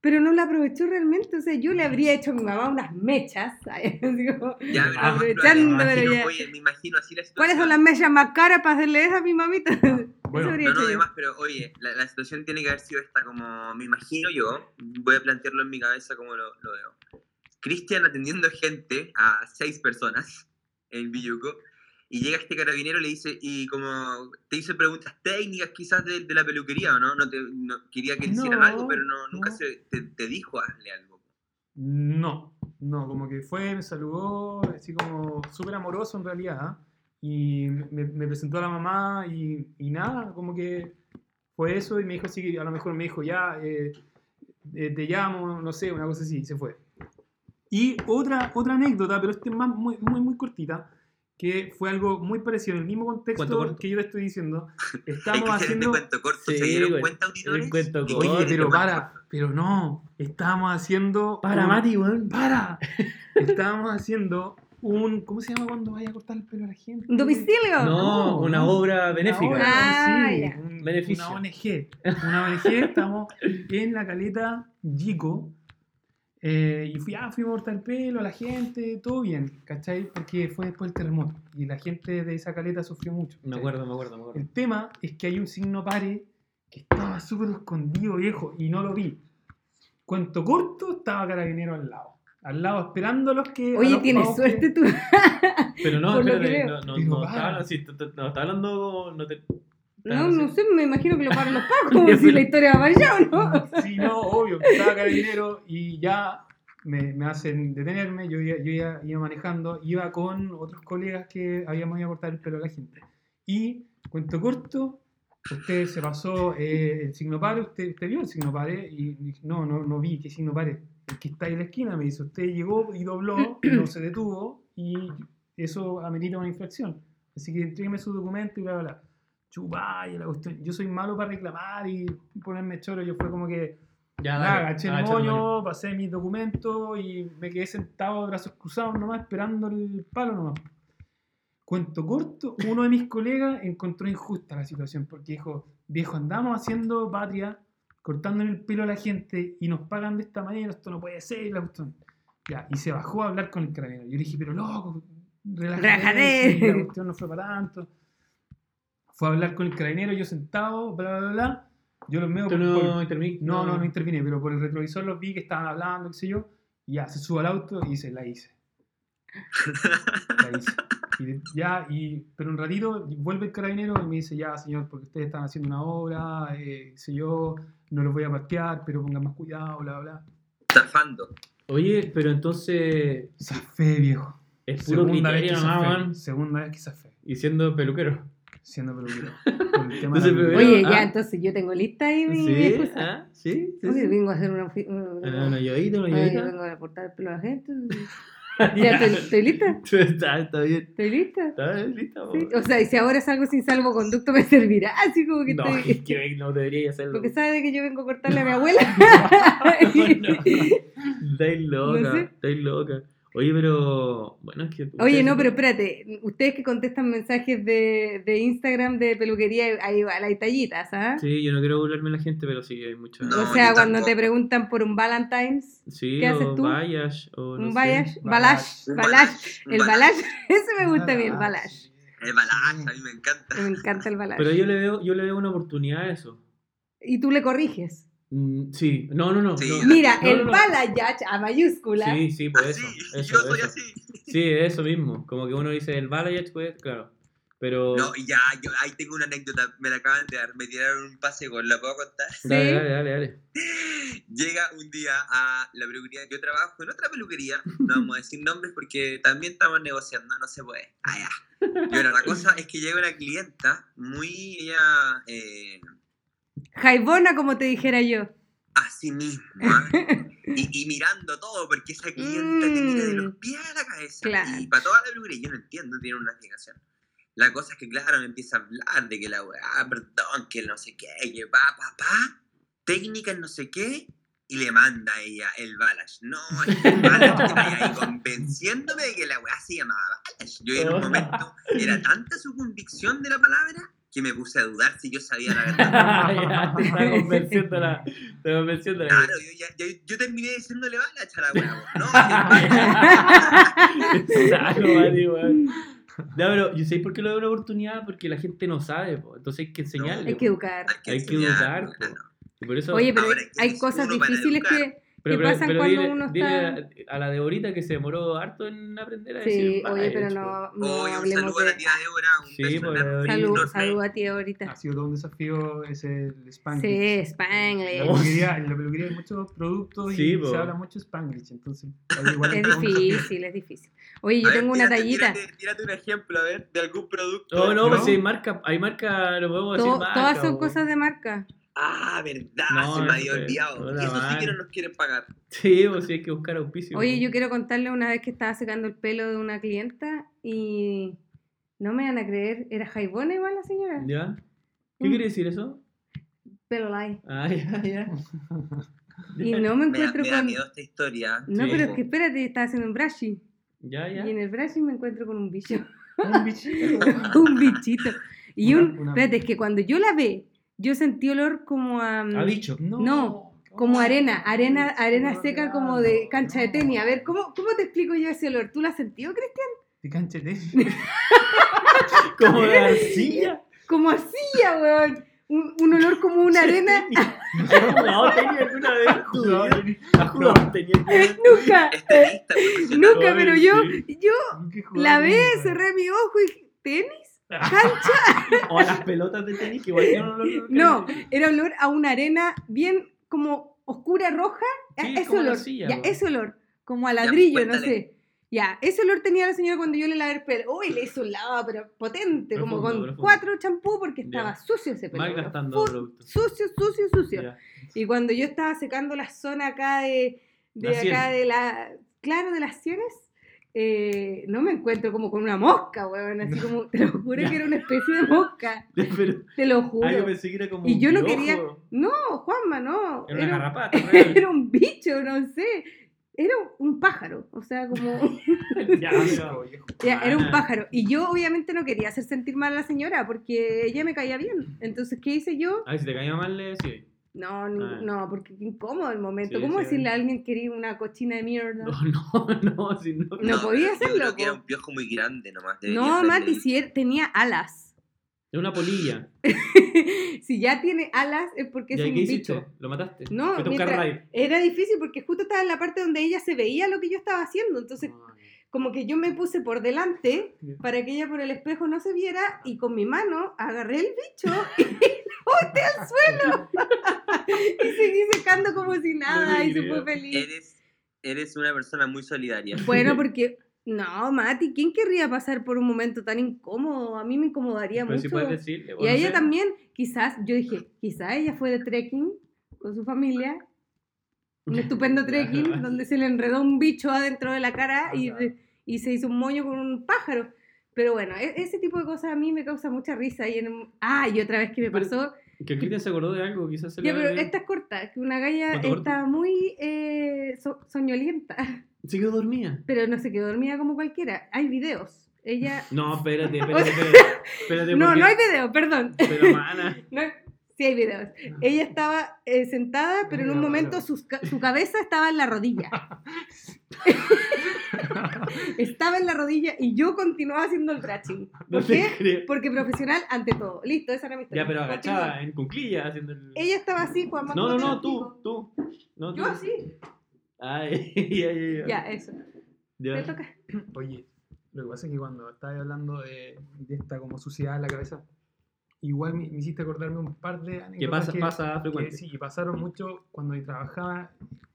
Speaker 3: pero no la aprovechó realmente. O sea, yo le habría hecho a mi mamá unas mechas, ¿sabes? Así como,
Speaker 4: Ya, pero
Speaker 5: Ah,
Speaker 4: no, pero ya, me,
Speaker 3: aprovechando, pero
Speaker 4: imagino,
Speaker 3: ya.
Speaker 4: oye, me imagino así la situación.
Speaker 3: ¿Cuáles son las mechas más caras para hacerle esas a mi mamita? Eso
Speaker 5: Bueno,
Speaker 3: habría
Speaker 4: No,
Speaker 3: hecho
Speaker 4: no,
Speaker 3: yo.
Speaker 4: además, pero oye, la, la situación tiene que haber sido esta como, me imagino yo, voy a plantearlo en mi cabeza como lo, lo veo. Cristian atendiendo gente a seis personas en Villuco y llega este carabinero y le dice, y como te hizo preguntas técnicas quizás de, de la peluquería o no, no, te, no- quería que le hicieran
Speaker 5: No,
Speaker 4: algo, pero no, nunca
Speaker 5: no.
Speaker 4: se, te, te dijo hazle algo.
Speaker 5: No, no, como que fue, me saludó, así como súper amoroso en realidad. ¿ah? Y me, me presentó a la mamá y, y nada, como que fue eso. Y me dijo, sí, a lo mejor me dijo, ya, eh, eh, te llamo, no sé, una cosa así, y se fue. Y otra, otra anécdota, pero este es más, muy, muy, muy cortita, que fue algo muy parecido, en el mismo contexto
Speaker 2: corto?
Speaker 5: que yo te estoy diciendo.
Speaker 4: El
Speaker 5: Estamos
Speaker 4: Cristian te
Speaker 5: haciendo.
Speaker 4: este cuento corto,
Speaker 2: Sí,
Speaker 4: ¿se dieron
Speaker 2: güey,
Speaker 4: cuenta auditores?
Speaker 2: el cuento
Speaker 4: Que
Speaker 2: corto.
Speaker 5: Oye,
Speaker 4: Cristian
Speaker 5: pero
Speaker 4: te cuenta
Speaker 5: para, pero no, estábamos haciendo.
Speaker 2: Para,
Speaker 5: un-
Speaker 2: Mati, weón.
Speaker 5: ¡Para! Estábamos haciendo un. ¿Cómo se llama cuando vaya a cortar el pelo a la gente?
Speaker 3: ¿Un domicilio?
Speaker 2: No,
Speaker 5: No,
Speaker 2: una
Speaker 5: no.
Speaker 2: obra
Speaker 5: Una
Speaker 2: benéfica.
Speaker 5: obra,
Speaker 3: Ah,
Speaker 5: sí,
Speaker 3: ya.
Speaker 5: un-
Speaker 2: Beneficio.
Speaker 5: Una ONG. Una ONG, estamos en la caleta Yico. eh, y fui, ah, fuimos a cortar el pelo a la gente, todo bien, ¿cachai? Porque fue después del terremoto y la gente de esa caleta sufrió mucho.
Speaker 2: Me
Speaker 5: ¿cachai?
Speaker 2: acuerdo, me acuerdo, me acuerdo.
Speaker 5: El tema es que hay un signo pare que estaba súper escondido, viejo, y no lo vi. Cuento corto, estaba carabinero al lado. Al lado esperando a los que. a
Speaker 3: Oye,
Speaker 5: los
Speaker 3: tienes
Speaker 5: pavos que-
Speaker 3: suerte tú.
Speaker 2: Pero no,
Speaker 3: Por lo
Speaker 2: espérate,
Speaker 3: que veo.
Speaker 2: no, no,
Speaker 5: Digo,
Speaker 2: no,
Speaker 5: para.
Speaker 2: estaba, sí, t- t- no, estaba hablando como- no te-
Speaker 3: No,
Speaker 2: no
Speaker 3: no
Speaker 2: sé.
Speaker 3: sé, me imagino que lo pagan los pacos, si la historia va para allá o no.
Speaker 5: Sí, no, obvio, que estaba carabinero y ya me, me hacen detenerme, yo, ya- yo ya iba manejando, iba con otros colegas que habíamos ido a cortar el pelo a la gente. Y, cuento corto, usted se pasó eh, el signo pare, usted, usted vio el signo pare y dije, no, no, no vi qué signo pare, el que está ahí en la esquina, me dice, usted llegó y dobló, no se detuvo y eso amerita una infracción. Así que entrégueme su documento y bla, bla, bla. Chupá, y la cuestión. Yo soy malo para reclamar y ponerme choro. Yo fue como que,
Speaker 2: Ya,
Speaker 5: nada,
Speaker 2: dale,
Speaker 5: agaché
Speaker 2: ah,
Speaker 5: el
Speaker 2: echa el moño.
Speaker 5: moño, pasé mis documentos y me quedé sentado de brazos cruzados nomás, esperando el palo nomás. Cuento corto, uno de mis colegas encontró injusta la situación porque dijo, viejo, andamos haciendo patria, cortándole el pelo a la gente y nos pagan de esta manera, esto no puede ser, y la cuestión. Ya, y se bajó a hablar con el carabinero. Yo le dije, pero loco, relájate,
Speaker 3: Relájate.
Speaker 5: si la cuestión no fue para tanto. Fue a hablar con el carabinero, yo sentado, bla, bla, bla. Yo los medio por-
Speaker 2: Tú
Speaker 5: por-
Speaker 2: no interviniste.
Speaker 5: no, no, no intervine, pero por el retrovisor los vi que estaban hablando, qué sé yo. Y ya, se sube al auto y dice, la hice. La hice. Y de- ya, y, pero un ratito vuelve el carabinero y me dice, ya, señor, porque ustedes están haciendo una obra, eh, qué sé yo, no los voy a parquear, pero pongan más cuidado, bla, bla.
Speaker 4: Zafando.
Speaker 2: Oye, pero entonces
Speaker 5: Zafé, viejo.
Speaker 2: es puro criterio,
Speaker 5: zafé.
Speaker 2: nomás, weón.
Speaker 5: Segunda vez que zafé,
Speaker 2: Y siendo peluquero.
Speaker 5: siendo peluquero. Por el tema de
Speaker 2: Entonces,
Speaker 5: la
Speaker 2: pero-
Speaker 5: peluquera.
Speaker 3: Oye, ya,
Speaker 2: ah.
Speaker 3: entonces yo tengo lista ahí mi mi
Speaker 2: ¿Sí?
Speaker 3: excusa.
Speaker 2: ¿Ah? ¿Sí? sí,
Speaker 3: Oye,
Speaker 2: sí.
Speaker 3: vengo a hacer una... ofi- una-
Speaker 2: Ah, no, no, yo ahí, no, yo
Speaker 3: Oye,
Speaker 2: ahí.
Speaker 3: vengo a cortar el pelo a la gente. Ya, ¿estoy, estoy lista?
Speaker 2: Tú Está, está bien.
Speaker 3: ¿Estoy lista?
Speaker 2: Está bien, listo.
Speaker 3: Sí. O sea, y si ahora salgo sin salvoconducto me servirá, así como que
Speaker 2: No,
Speaker 3: estoy...
Speaker 2: es que no debería hacerlo.
Speaker 3: Porque sabe que yo vengo a cortarle a mi abuela.
Speaker 2: Estáis loca,
Speaker 3: No sé.
Speaker 2: estáis loca. Oye, pero. Bueno, es que.
Speaker 3: Oye,
Speaker 2: ustedes-
Speaker 3: no, pero espérate, ustedes que contestan mensajes de, de Instagram de peluquería, ahí va, hay tallitas, ¿ah?
Speaker 2: Sí, yo no quiero burlarme a la gente, pero sí hay mucha.
Speaker 4: No,
Speaker 3: o sea,
Speaker 4: yo
Speaker 3: cuando
Speaker 4: tampoco.
Speaker 3: te preguntan por un Valentine's,
Speaker 2: Sí,
Speaker 3: ¿Qué haces
Speaker 2: o
Speaker 3: tú?
Speaker 2: Bayash, o no
Speaker 3: un
Speaker 2: sé.
Speaker 3: Balash,
Speaker 5: Balash.
Speaker 3: Balash,
Speaker 4: Un
Speaker 3: Balash,
Speaker 4: balash, un
Speaker 3: el Balash, ese me gusta
Speaker 5: Ah,
Speaker 3: a mí, el Balash.
Speaker 4: El balash, a mí me encanta.
Speaker 3: Me encanta el Balash.
Speaker 2: Pero yo le veo, yo le veo una oportunidad a eso.
Speaker 3: Y tú le corriges.
Speaker 2: Mm, sí, no, no, no.
Speaker 4: Sí,
Speaker 2: no.
Speaker 3: Mira,
Speaker 2: No,
Speaker 3: el
Speaker 2: no, no.
Speaker 3: Balash a mayúscula.
Speaker 2: Sí, sí, por eso.
Speaker 4: así,
Speaker 2: eso,
Speaker 4: yo soy
Speaker 2: eso.
Speaker 4: así.
Speaker 2: Sí, eso mismo. Como que uno dice el Balayage, pues, claro. Pero.
Speaker 4: No, y ya, yo ahí tengo una anécdota, me la acaban de dar, me tiraron un pase gol, ¿la puedo contar?
Speaker 2: Dale,
Speaker 3: Sí.
Speaker 2: dale, dale, dale.
Speaker 4: Llega un día a la peluquería, yo trabajo en otra peluquería, no vamos a decir nombres porque también estamos negociando, no se puede. Ah, ya. Y bueno, la cosa es que llega una clienta muy, ella, eh,
Speaker 3: Jaibona, como te dijera yo.
Speaker 4: a sí misma y, y mirando todo, porque esa clienta te mira de los
Speaker 3: Mm.
Speaker 4: pies a la cabeza.
Speaker 3: Claro.
Speaker 4: Y para toda la peluquería, yo no entiendo, tiene una explicación. La cosa es que, claro, me empieza a hablar de que la weá, ah, perdón, que no sé qué, que va, papá, técnicas no sé qué, y le manda a ella el Balash. No, es que el Balash que vaya ahí convenciéndome de que la weá se llamaba Balash. Yo en un momento, era tanta su convicción de la palabra que me puse a dudar si yo sabía la verdad.
Speaker 2: Ya, te estaba convenciendo la. Te estaba convenciendo la.
Speaker 4: Claro, yo, ya- yo, yo terminé diciéndole bala a la wea, po.
Speaker 2: Sano, Mati, weón. No, pero yo sé por qué lo doy una oportunidad, porque la gente no sabe, po. entonces hay que enseñarle.
Speaker 3: Hay que educar.
Speaker 4: ¿no?
Speaker 2: Hay que
Speaker 4: enseñar,
Speaker 2: educar, po. Y por eso,
Speaker 3: Oye, pero
Speaker 4: Ahora, ¿qué
Speaker 3: hay
Speaker 4: es
Speaker 3: cosas
Speaker 4: uno para
Speaker 3: difíciles que...
Speaker 2: pero,
Speaker 3: ¿qué
Speaker 2: pero-
Speaker 3: pasa
Speaker 2: pero
Speaker 3: cuando
Speaker 2: dile,
Speaker 3: uno
Speaker 2: dile a, a la de ahorita que se demoró harto en aprender a
Speaker 3: Sí,
Speaker 2: decir.
Speaker 3: oye,
Speaker 2: bye,
Speaker 3: pero
Speaker 2: po.
Speaker 3: no, no
Speaker 4: Oye, un
Speaker 3: hablemos
Speaker 4: saludo a la
Speaker 3: de...
Speaker 4: tía Débora, un
Speaker 2: Sí,
Speaker 4: beso
Speaker 2: por
Speaker 4: enorme,
Speaker 2: Débora.
Speaker 3: Salud,
Speaker 4: enorme.
Speaker 3: salud a ti ahorita.
Speaker 5: Ha sido todo un desafío ese el
Speaker 3: Sí,
Speaker 5: Spanglish. En la
Speaker 3: Spanglish.
Speaker 5: peluquería, en la peluquería hay muchos productos
Speaker 2: Sí,
Speaker 5: y
Speaker 2: po.
Speaker 5: se habla mucho Spanglish, entonces ahí igual hay
Speaker 3: Es
Speaker 5: todo un desafío.
Speaker 3: difícil, es difícil. Oye,
Speaker 4: A
Speaker 3: yo
Speaker 4: ver,
Speaker 3: tengo una
Speaker 4: tírate-
Speaker 3: tallita.
Speaker 4: Tírate, tírate un ejemplo, a ver, de algún producto.
Speaker 2: Oh, no,
Speaker 5: ¿No?
Speaker 2: pues si hay marca, hay marca, no podemos decir
Speaker 3: To-
Speaker 2: marca.
Speaker 3: todas son
Speaker 2: po.
Speaker 3: cosas de marca.
Speaker 4: Ah, verdad,
Speaker 2: No,
Speaker 4: se
Speaker 2: eso
Speaker 4: me había
Speaker 2: es-
Speaker 4: olvidado.
Speaker 2: hola,
Speaker 4: Eso sí
Speaker 2: man.
Speaker 4: que no nos quieren pagar.
Speaker 2: Sí, pues sí, hay que buscar auspicio.
Speaker 3: Oye,
Speaker 2: po.
Speaker 3: yo quiero contarle una vez que estaba secando el pelo de una clienta y no me van a creer, era jaibona igual la señora.
Speaker 2: ¿Ya? ¿Qué
Speaker 3: Mm.
Speaker 2: quiere decir eso?
Speaker 3: Pelo light.
Speaker 2: Ah, ya, ya.
Speaker 3: Y no me
Speaker 4: Me da,
Speaker 3: encuentro
Speaker 4: me da
Speaker 3: con...
Speaker 4: miedo esta historia.
Speaker 3: No,
Speaker 2: Sí.
Speaker 3: pero es que espérate, estaba haciendo un brashi.
Speaker 2: Ya, ya.
Speaker 3: Y en el brashi me encuentro con un bicho.
Speaker 5: Un bichillo.
Speaker 3: un bichito. Y
Speaker 5: Una-
Speaker 3: un...
Speaker 5: una-
Speaker 3: Espérate, es que cuando yo la ve, yo sentí olor como a... mm,
Speaker 2: ¿Ha dicho?
Speaker 5: No.
Speaker 3: No, Como arena, arena, arena seca como de cancha de tenis. A ver, ¿cómo, ¿cómo te explico yo ese olor? ¿Tú lo has sentido, Cristian?
Speaker 5: De cancha de tenis.
Speaker 2: Como de arcilla.
Speaker 3: Como así, ya, weón. Un, un olor como una arena.
Speaker 2: ¿Has jugado tenis alguna vez? en tu
Speaker 5: No,
Speaker 2: vida? ¿Has jugado tenis alguna vez?
Speaker 3: Nunca,
Speaker 4: Este lista, profesional.
Speaker 3: nunca,
Speaker 2: Ay,
Speaker 3: pero yo,
Speaker 2: sí.
Speaker 3: yo
Speaker 5: nunca he jugado
Speaker 3: la ve,
Speaker 5: tenis,
Speaker 3: cerré mi ojo y dije, ¿tenis?
Speaker 2: O a las pelotas de tenis que igual tienen olor. de
Speaker 3: No,
Speaker 2: cariño.
Speaker 3: era olor a una arena bien como oscura, roja.
Speaker 2: Sí,
Speaker 3: Ah, ese
Speaker 2: como la
Speaker 3: olor,
Speaker 2: silla,
Speaker 3: ya,
Speaker 2: weón.
Speaker 3: ese olor, como a ladrillo, no
Speaker 4: cuéntale.
Speaker 3: sé. Ya, ese olor tenía la señora cuando yo le lavé el pelo. Uy, le hizo un lavado, pero potente, como
Speaker 2: Profundo,
Speaker 3: con
Speaker 2: profundo.
Speaker 3: cuatro champú porque
Speaker 2: Ya.
Speaker 3: estaba sucio ese pelo. weón.
Speaker 2: Malgastando productos.
Speaker 3: sucio, sucio, sucio.
Speaker 2: Ya.
Speaker 3: Y cuando yo estaba secando la zona acá de, de
Speaker 2: La sien.
Speaker 3: acá de la, claro, de las sienes, eh, no me encuentro como con una mosca, weón, así como, te lo juro
Speaker 2: Ya.
Speaker 3: que era una especie de mosca,
Speaker 2: Pero,
Speaker 3: te lo
Speaker 2: ah, yo
Speaker 3: juro.
Speaker 2: pensé que era como.
Speaker 3: Y
Speaker 2: un
Speaker 3: yo no
Speaker 2: piojo.
Speaker 3: quería- No, Juanma, no,
Speaker 2: Era una
Speaker 3: era,
Speaker 2: garrapata. real.
Speaker 3: era un bicho, no sé, era un pájaro, o sea, como,
Speaker 2: Ya,
Speaker 5: Asco,
Speaker 2: pero-
Speaker 5: viejo.
Speaker 3: ya, era un
Speaker 2: Ah.
Speaker 3: pájaro. Y yo obviamente no quería hacer sentir mal a la señora porque ella me caía bien. Entonces, ¿qué hice yo?
Speaker 2: A ver, si te caía mal, le decía.
Speaker 3: No, ni-
Speaker 2: Ah.
Speaker 3: no, porque qué incómodo el momento.
Speaker 2: Sí,
Speaker 3: ¿Cómo
Speaker 2: sí.
Speaker 3: decirle a alguien que eres una cochina de mierda?
Speaker 2: No, no, no, si no.
Speaker 3: No podía
Speaker 4: pero yo
Speaker 3: hacerlo,
Speaker 4: creo que
Speaker 3: po.
Speaker 4: era un piojo muy grande nomás. debería
Speaker 3: No,
Speaker 4: ser
Speaker 3: Mati,
Speaker 4: ley.
Speaker 3: si él tenía alas.
Speaker 2: Es una polilla.
Speaker 3: si ya tiene alas es porque
Speaker 2: ¿Y
Speaker 3: es
Speaker 2: ahí
Speaker 3: un
Speaker 2: qué
Speaker 3: bicho.
Speaker 2: hiciste? ¿Lo mataste?
Speaker 3: No,
Speaker 2: Fue tu
Speaker 3: mientras-
Speaker 2: carride.
Speaker 3: Era difícil porque justo estaba en la parte donde ella se veía lo que yo estaba haciendo. Entonces,
Speaker 2: Ah.
Speaker 3: como que yo me puse por delante
Speaker 5: Ya.
Speaker 3: para que ella por el espejo no se viera y con mi mano agarré el bicho y lo boté al suelo. y seguí secando como si nada
Speaker 2: te
Speaker 3: y se
Speaker 2: creo.
Speaker 3: fue feliz.
Speaker 4: Eres, eres una persona muy solidaria.
Speaker 3: Bueno, porque. No, Mati, ¿quién querría pasar por un momento tan incómodo? A mí me incomodaría
Speaker 2: Pero
Speaker 3: mucho.
Speaker 2: si puedes decirle.
Speaker 3: Y
Speaker 2: bueno,
Speaker 3: a ella
Speaker 2: sé.
Speaker 3: también, quizás, yo dije, quizás ella fue de trekking con su familia, un estupendo trekking, donde se le enredó un bicho adentro de la cara y,
Speaker 5: Ah,
Speaker 3: y se hizo un moño con un pájaro. Pero bueno, e- ese tipo de cosas a mí me causa mucha risa. Y en- Ah, y otra vez que me
Speaker 2: Pero-
Speaker 3: pasó,
Speaker 2: Que Cristian se acordó de algo, quizás se le.
Speaker 3: ya, pero
Speaker 2: había-
Speaker 3: esta es corta, que una galla
Speaker 2: ¿Cuánto corta?
Speaker 3: está muy eh, so- soñolienta,
Speaker 2: Se quedó dormida.
Speaker 3: pero no se quedó dormida como cualquiera. Hay videos. Ella...
Speaker 2: No, espérate, espérate, espérate. espérate
Speaker 3: No,
Speaker 2: porque-
Speaker 3: no hay video, perdón.
Speaker 2: Pero, mana.
Speaker 3: No, sí hay videos.
Speaker 2: Ah.
Speaker 3: Ella estaba eh, sentada, pero en un
Speaker 5: Mira,
Speaker 3: momento
Speaker 5: bueno.
Speaker 3: sus ca- su, cabeza estaba en la rodilla. estaba en la rodilla y yo continuaba haciendo el traching.
Speaker 2: No
Speaker 3: ¿Por
Speaker 2: te
Speaker 3: qué?
Speaker 2: creo.
Speaker 3: Porque profesional ante todo. Listo, esa era mi historia.
Speaker 2: Ya, pero
Speaker 3: Continúa.
Speaker 2: agachada, en cuclillas, haciendo el.
Speaker 3: Ella estaba así, Juan
Speaker 2: No, no,
Speaker 3: Manuel,
Speaker 2: no,
Speaker 3: dijo,
Speaker 2: tú, tú. No, tú.
Speaker 3: Yo así.
Speaker 2: Ay, ya, ya,
Speaker 3: Ya, eso.
Speaker 2: ya.
Speaker 3: Te
Speaker 2: Ya.
Speaker 3: toca.
Speaker 5: Oye, lo que pasa es que cuando estabas hablando de, de esta como suciedad en la cabeza, igual me, me hiciste acordarme un par de anécdotas
Speaker 2: Que pasa,
Speaker 5: que,
Speaker 2: pasa
Speaker 5: que
Speaker 2: frecuente.
Speaker 5: sí, que pasaron mucho cuando yo trabajaba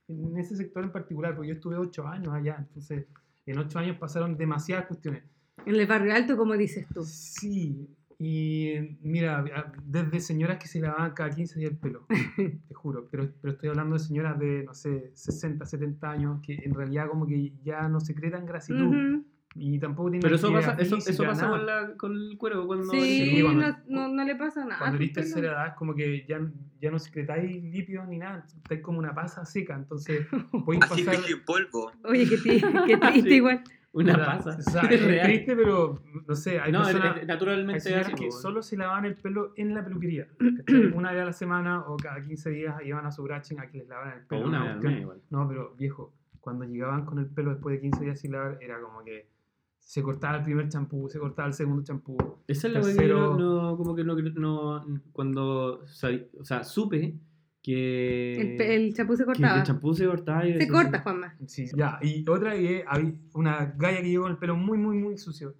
Speaker 5: en ese sector en particular, porque yo estuve ocho años allá, entonces en ocho años pasaron demasiadas cuestiones.
Speaker 3: En el barrio alto, como dices tú.
Speaker 5: Sí, y mira, a- desde señoras que se lavaban cada 15 días el pelo, te juro, pero, pero estoy hablando de señoras de, no sé, 60, 70 años, que en realidad como que ya no secretan grasitud
Speaker 3: Ujú.
Speaker 5: y tampoco tienen
Speaker 2: Pero eso
Speaker 5: actividad
Speaker 2: pasa, eso, eso
Speaker 5: física,
Speaker 2: pasa
Speaker 5: nada.
Speaker 2: con, la, con el cuervo cuando.
Speaker 3: Sí,
Speaker 5: sí, cuando-
Speaker 3: no, no, no le pasa nada.
Speaker 2: Ah,
Speaker 5: Cuando eres
Speaker 3: Justo,
Speaker 5: tercera edad es como que ya, ya no secretáis lípidos ni nada, estáis como una pasa seca, entonces podéis
Speaker 4: Así
Speaker 5: pasar...
Speaker 4: que en polvo.
Speaker 3: Oye, qué tri- qué triste
Speaker 2: Sí.
Speaker 3: igual.
Speaker 2: Una
Speaker 5: Verdad.
Speaker 2: pasa.
Speaker 5: O sea,
Speaker 2: Es
Speaker 5: es
Speaker 2: real.
Speaker 5: triste, pero no sé, hay
Speaker 2: no,
Speaker 5: personas,
Speaker 2: es- es-
Speaker 5: hay
Speaker 2: naturalmente
Speaker 5: señoras
Speaker 2: así, pues,
Speaker 5: que
Speaker 2: po, weón.
Speaker 5: solo se lavan el pelo en la peluquería. ¿cachai? una vez a la semana o cada 15 días iban a su brachen a que les lavaran el
Speaker 2: O
Speaker 5: pelo.
Speaker 2: una
Speaker 5: una
Speaker 2: vez al
Speaker 5: cuestión.
Speaker 2: mes, igual.
Speaker 5: No, pero viejo, cuando llegaban con el pelo después de 15 días sin lavar, era como que se cortaba el primer champú, se cortaba el segundo champú.
Speaker 2: Esa es la weá que
Speaker 5: Tercero-
Speaker 2: yo no, como que no, no- cuando, sabí- o sea, supe que
Speaker 3: El, pe- el chapú se
Speaker 2: que
Speaker 3: cortaba.
Speaker 2: Eh, el champú se cortaba y
Speaker 3: se
Speaker 2: decía,
Speaker 3: corta, Juanma.
Speaker 5: Sí, ya. Y otra que había una galla que llegó con el pelo muy, muy, muy sucio.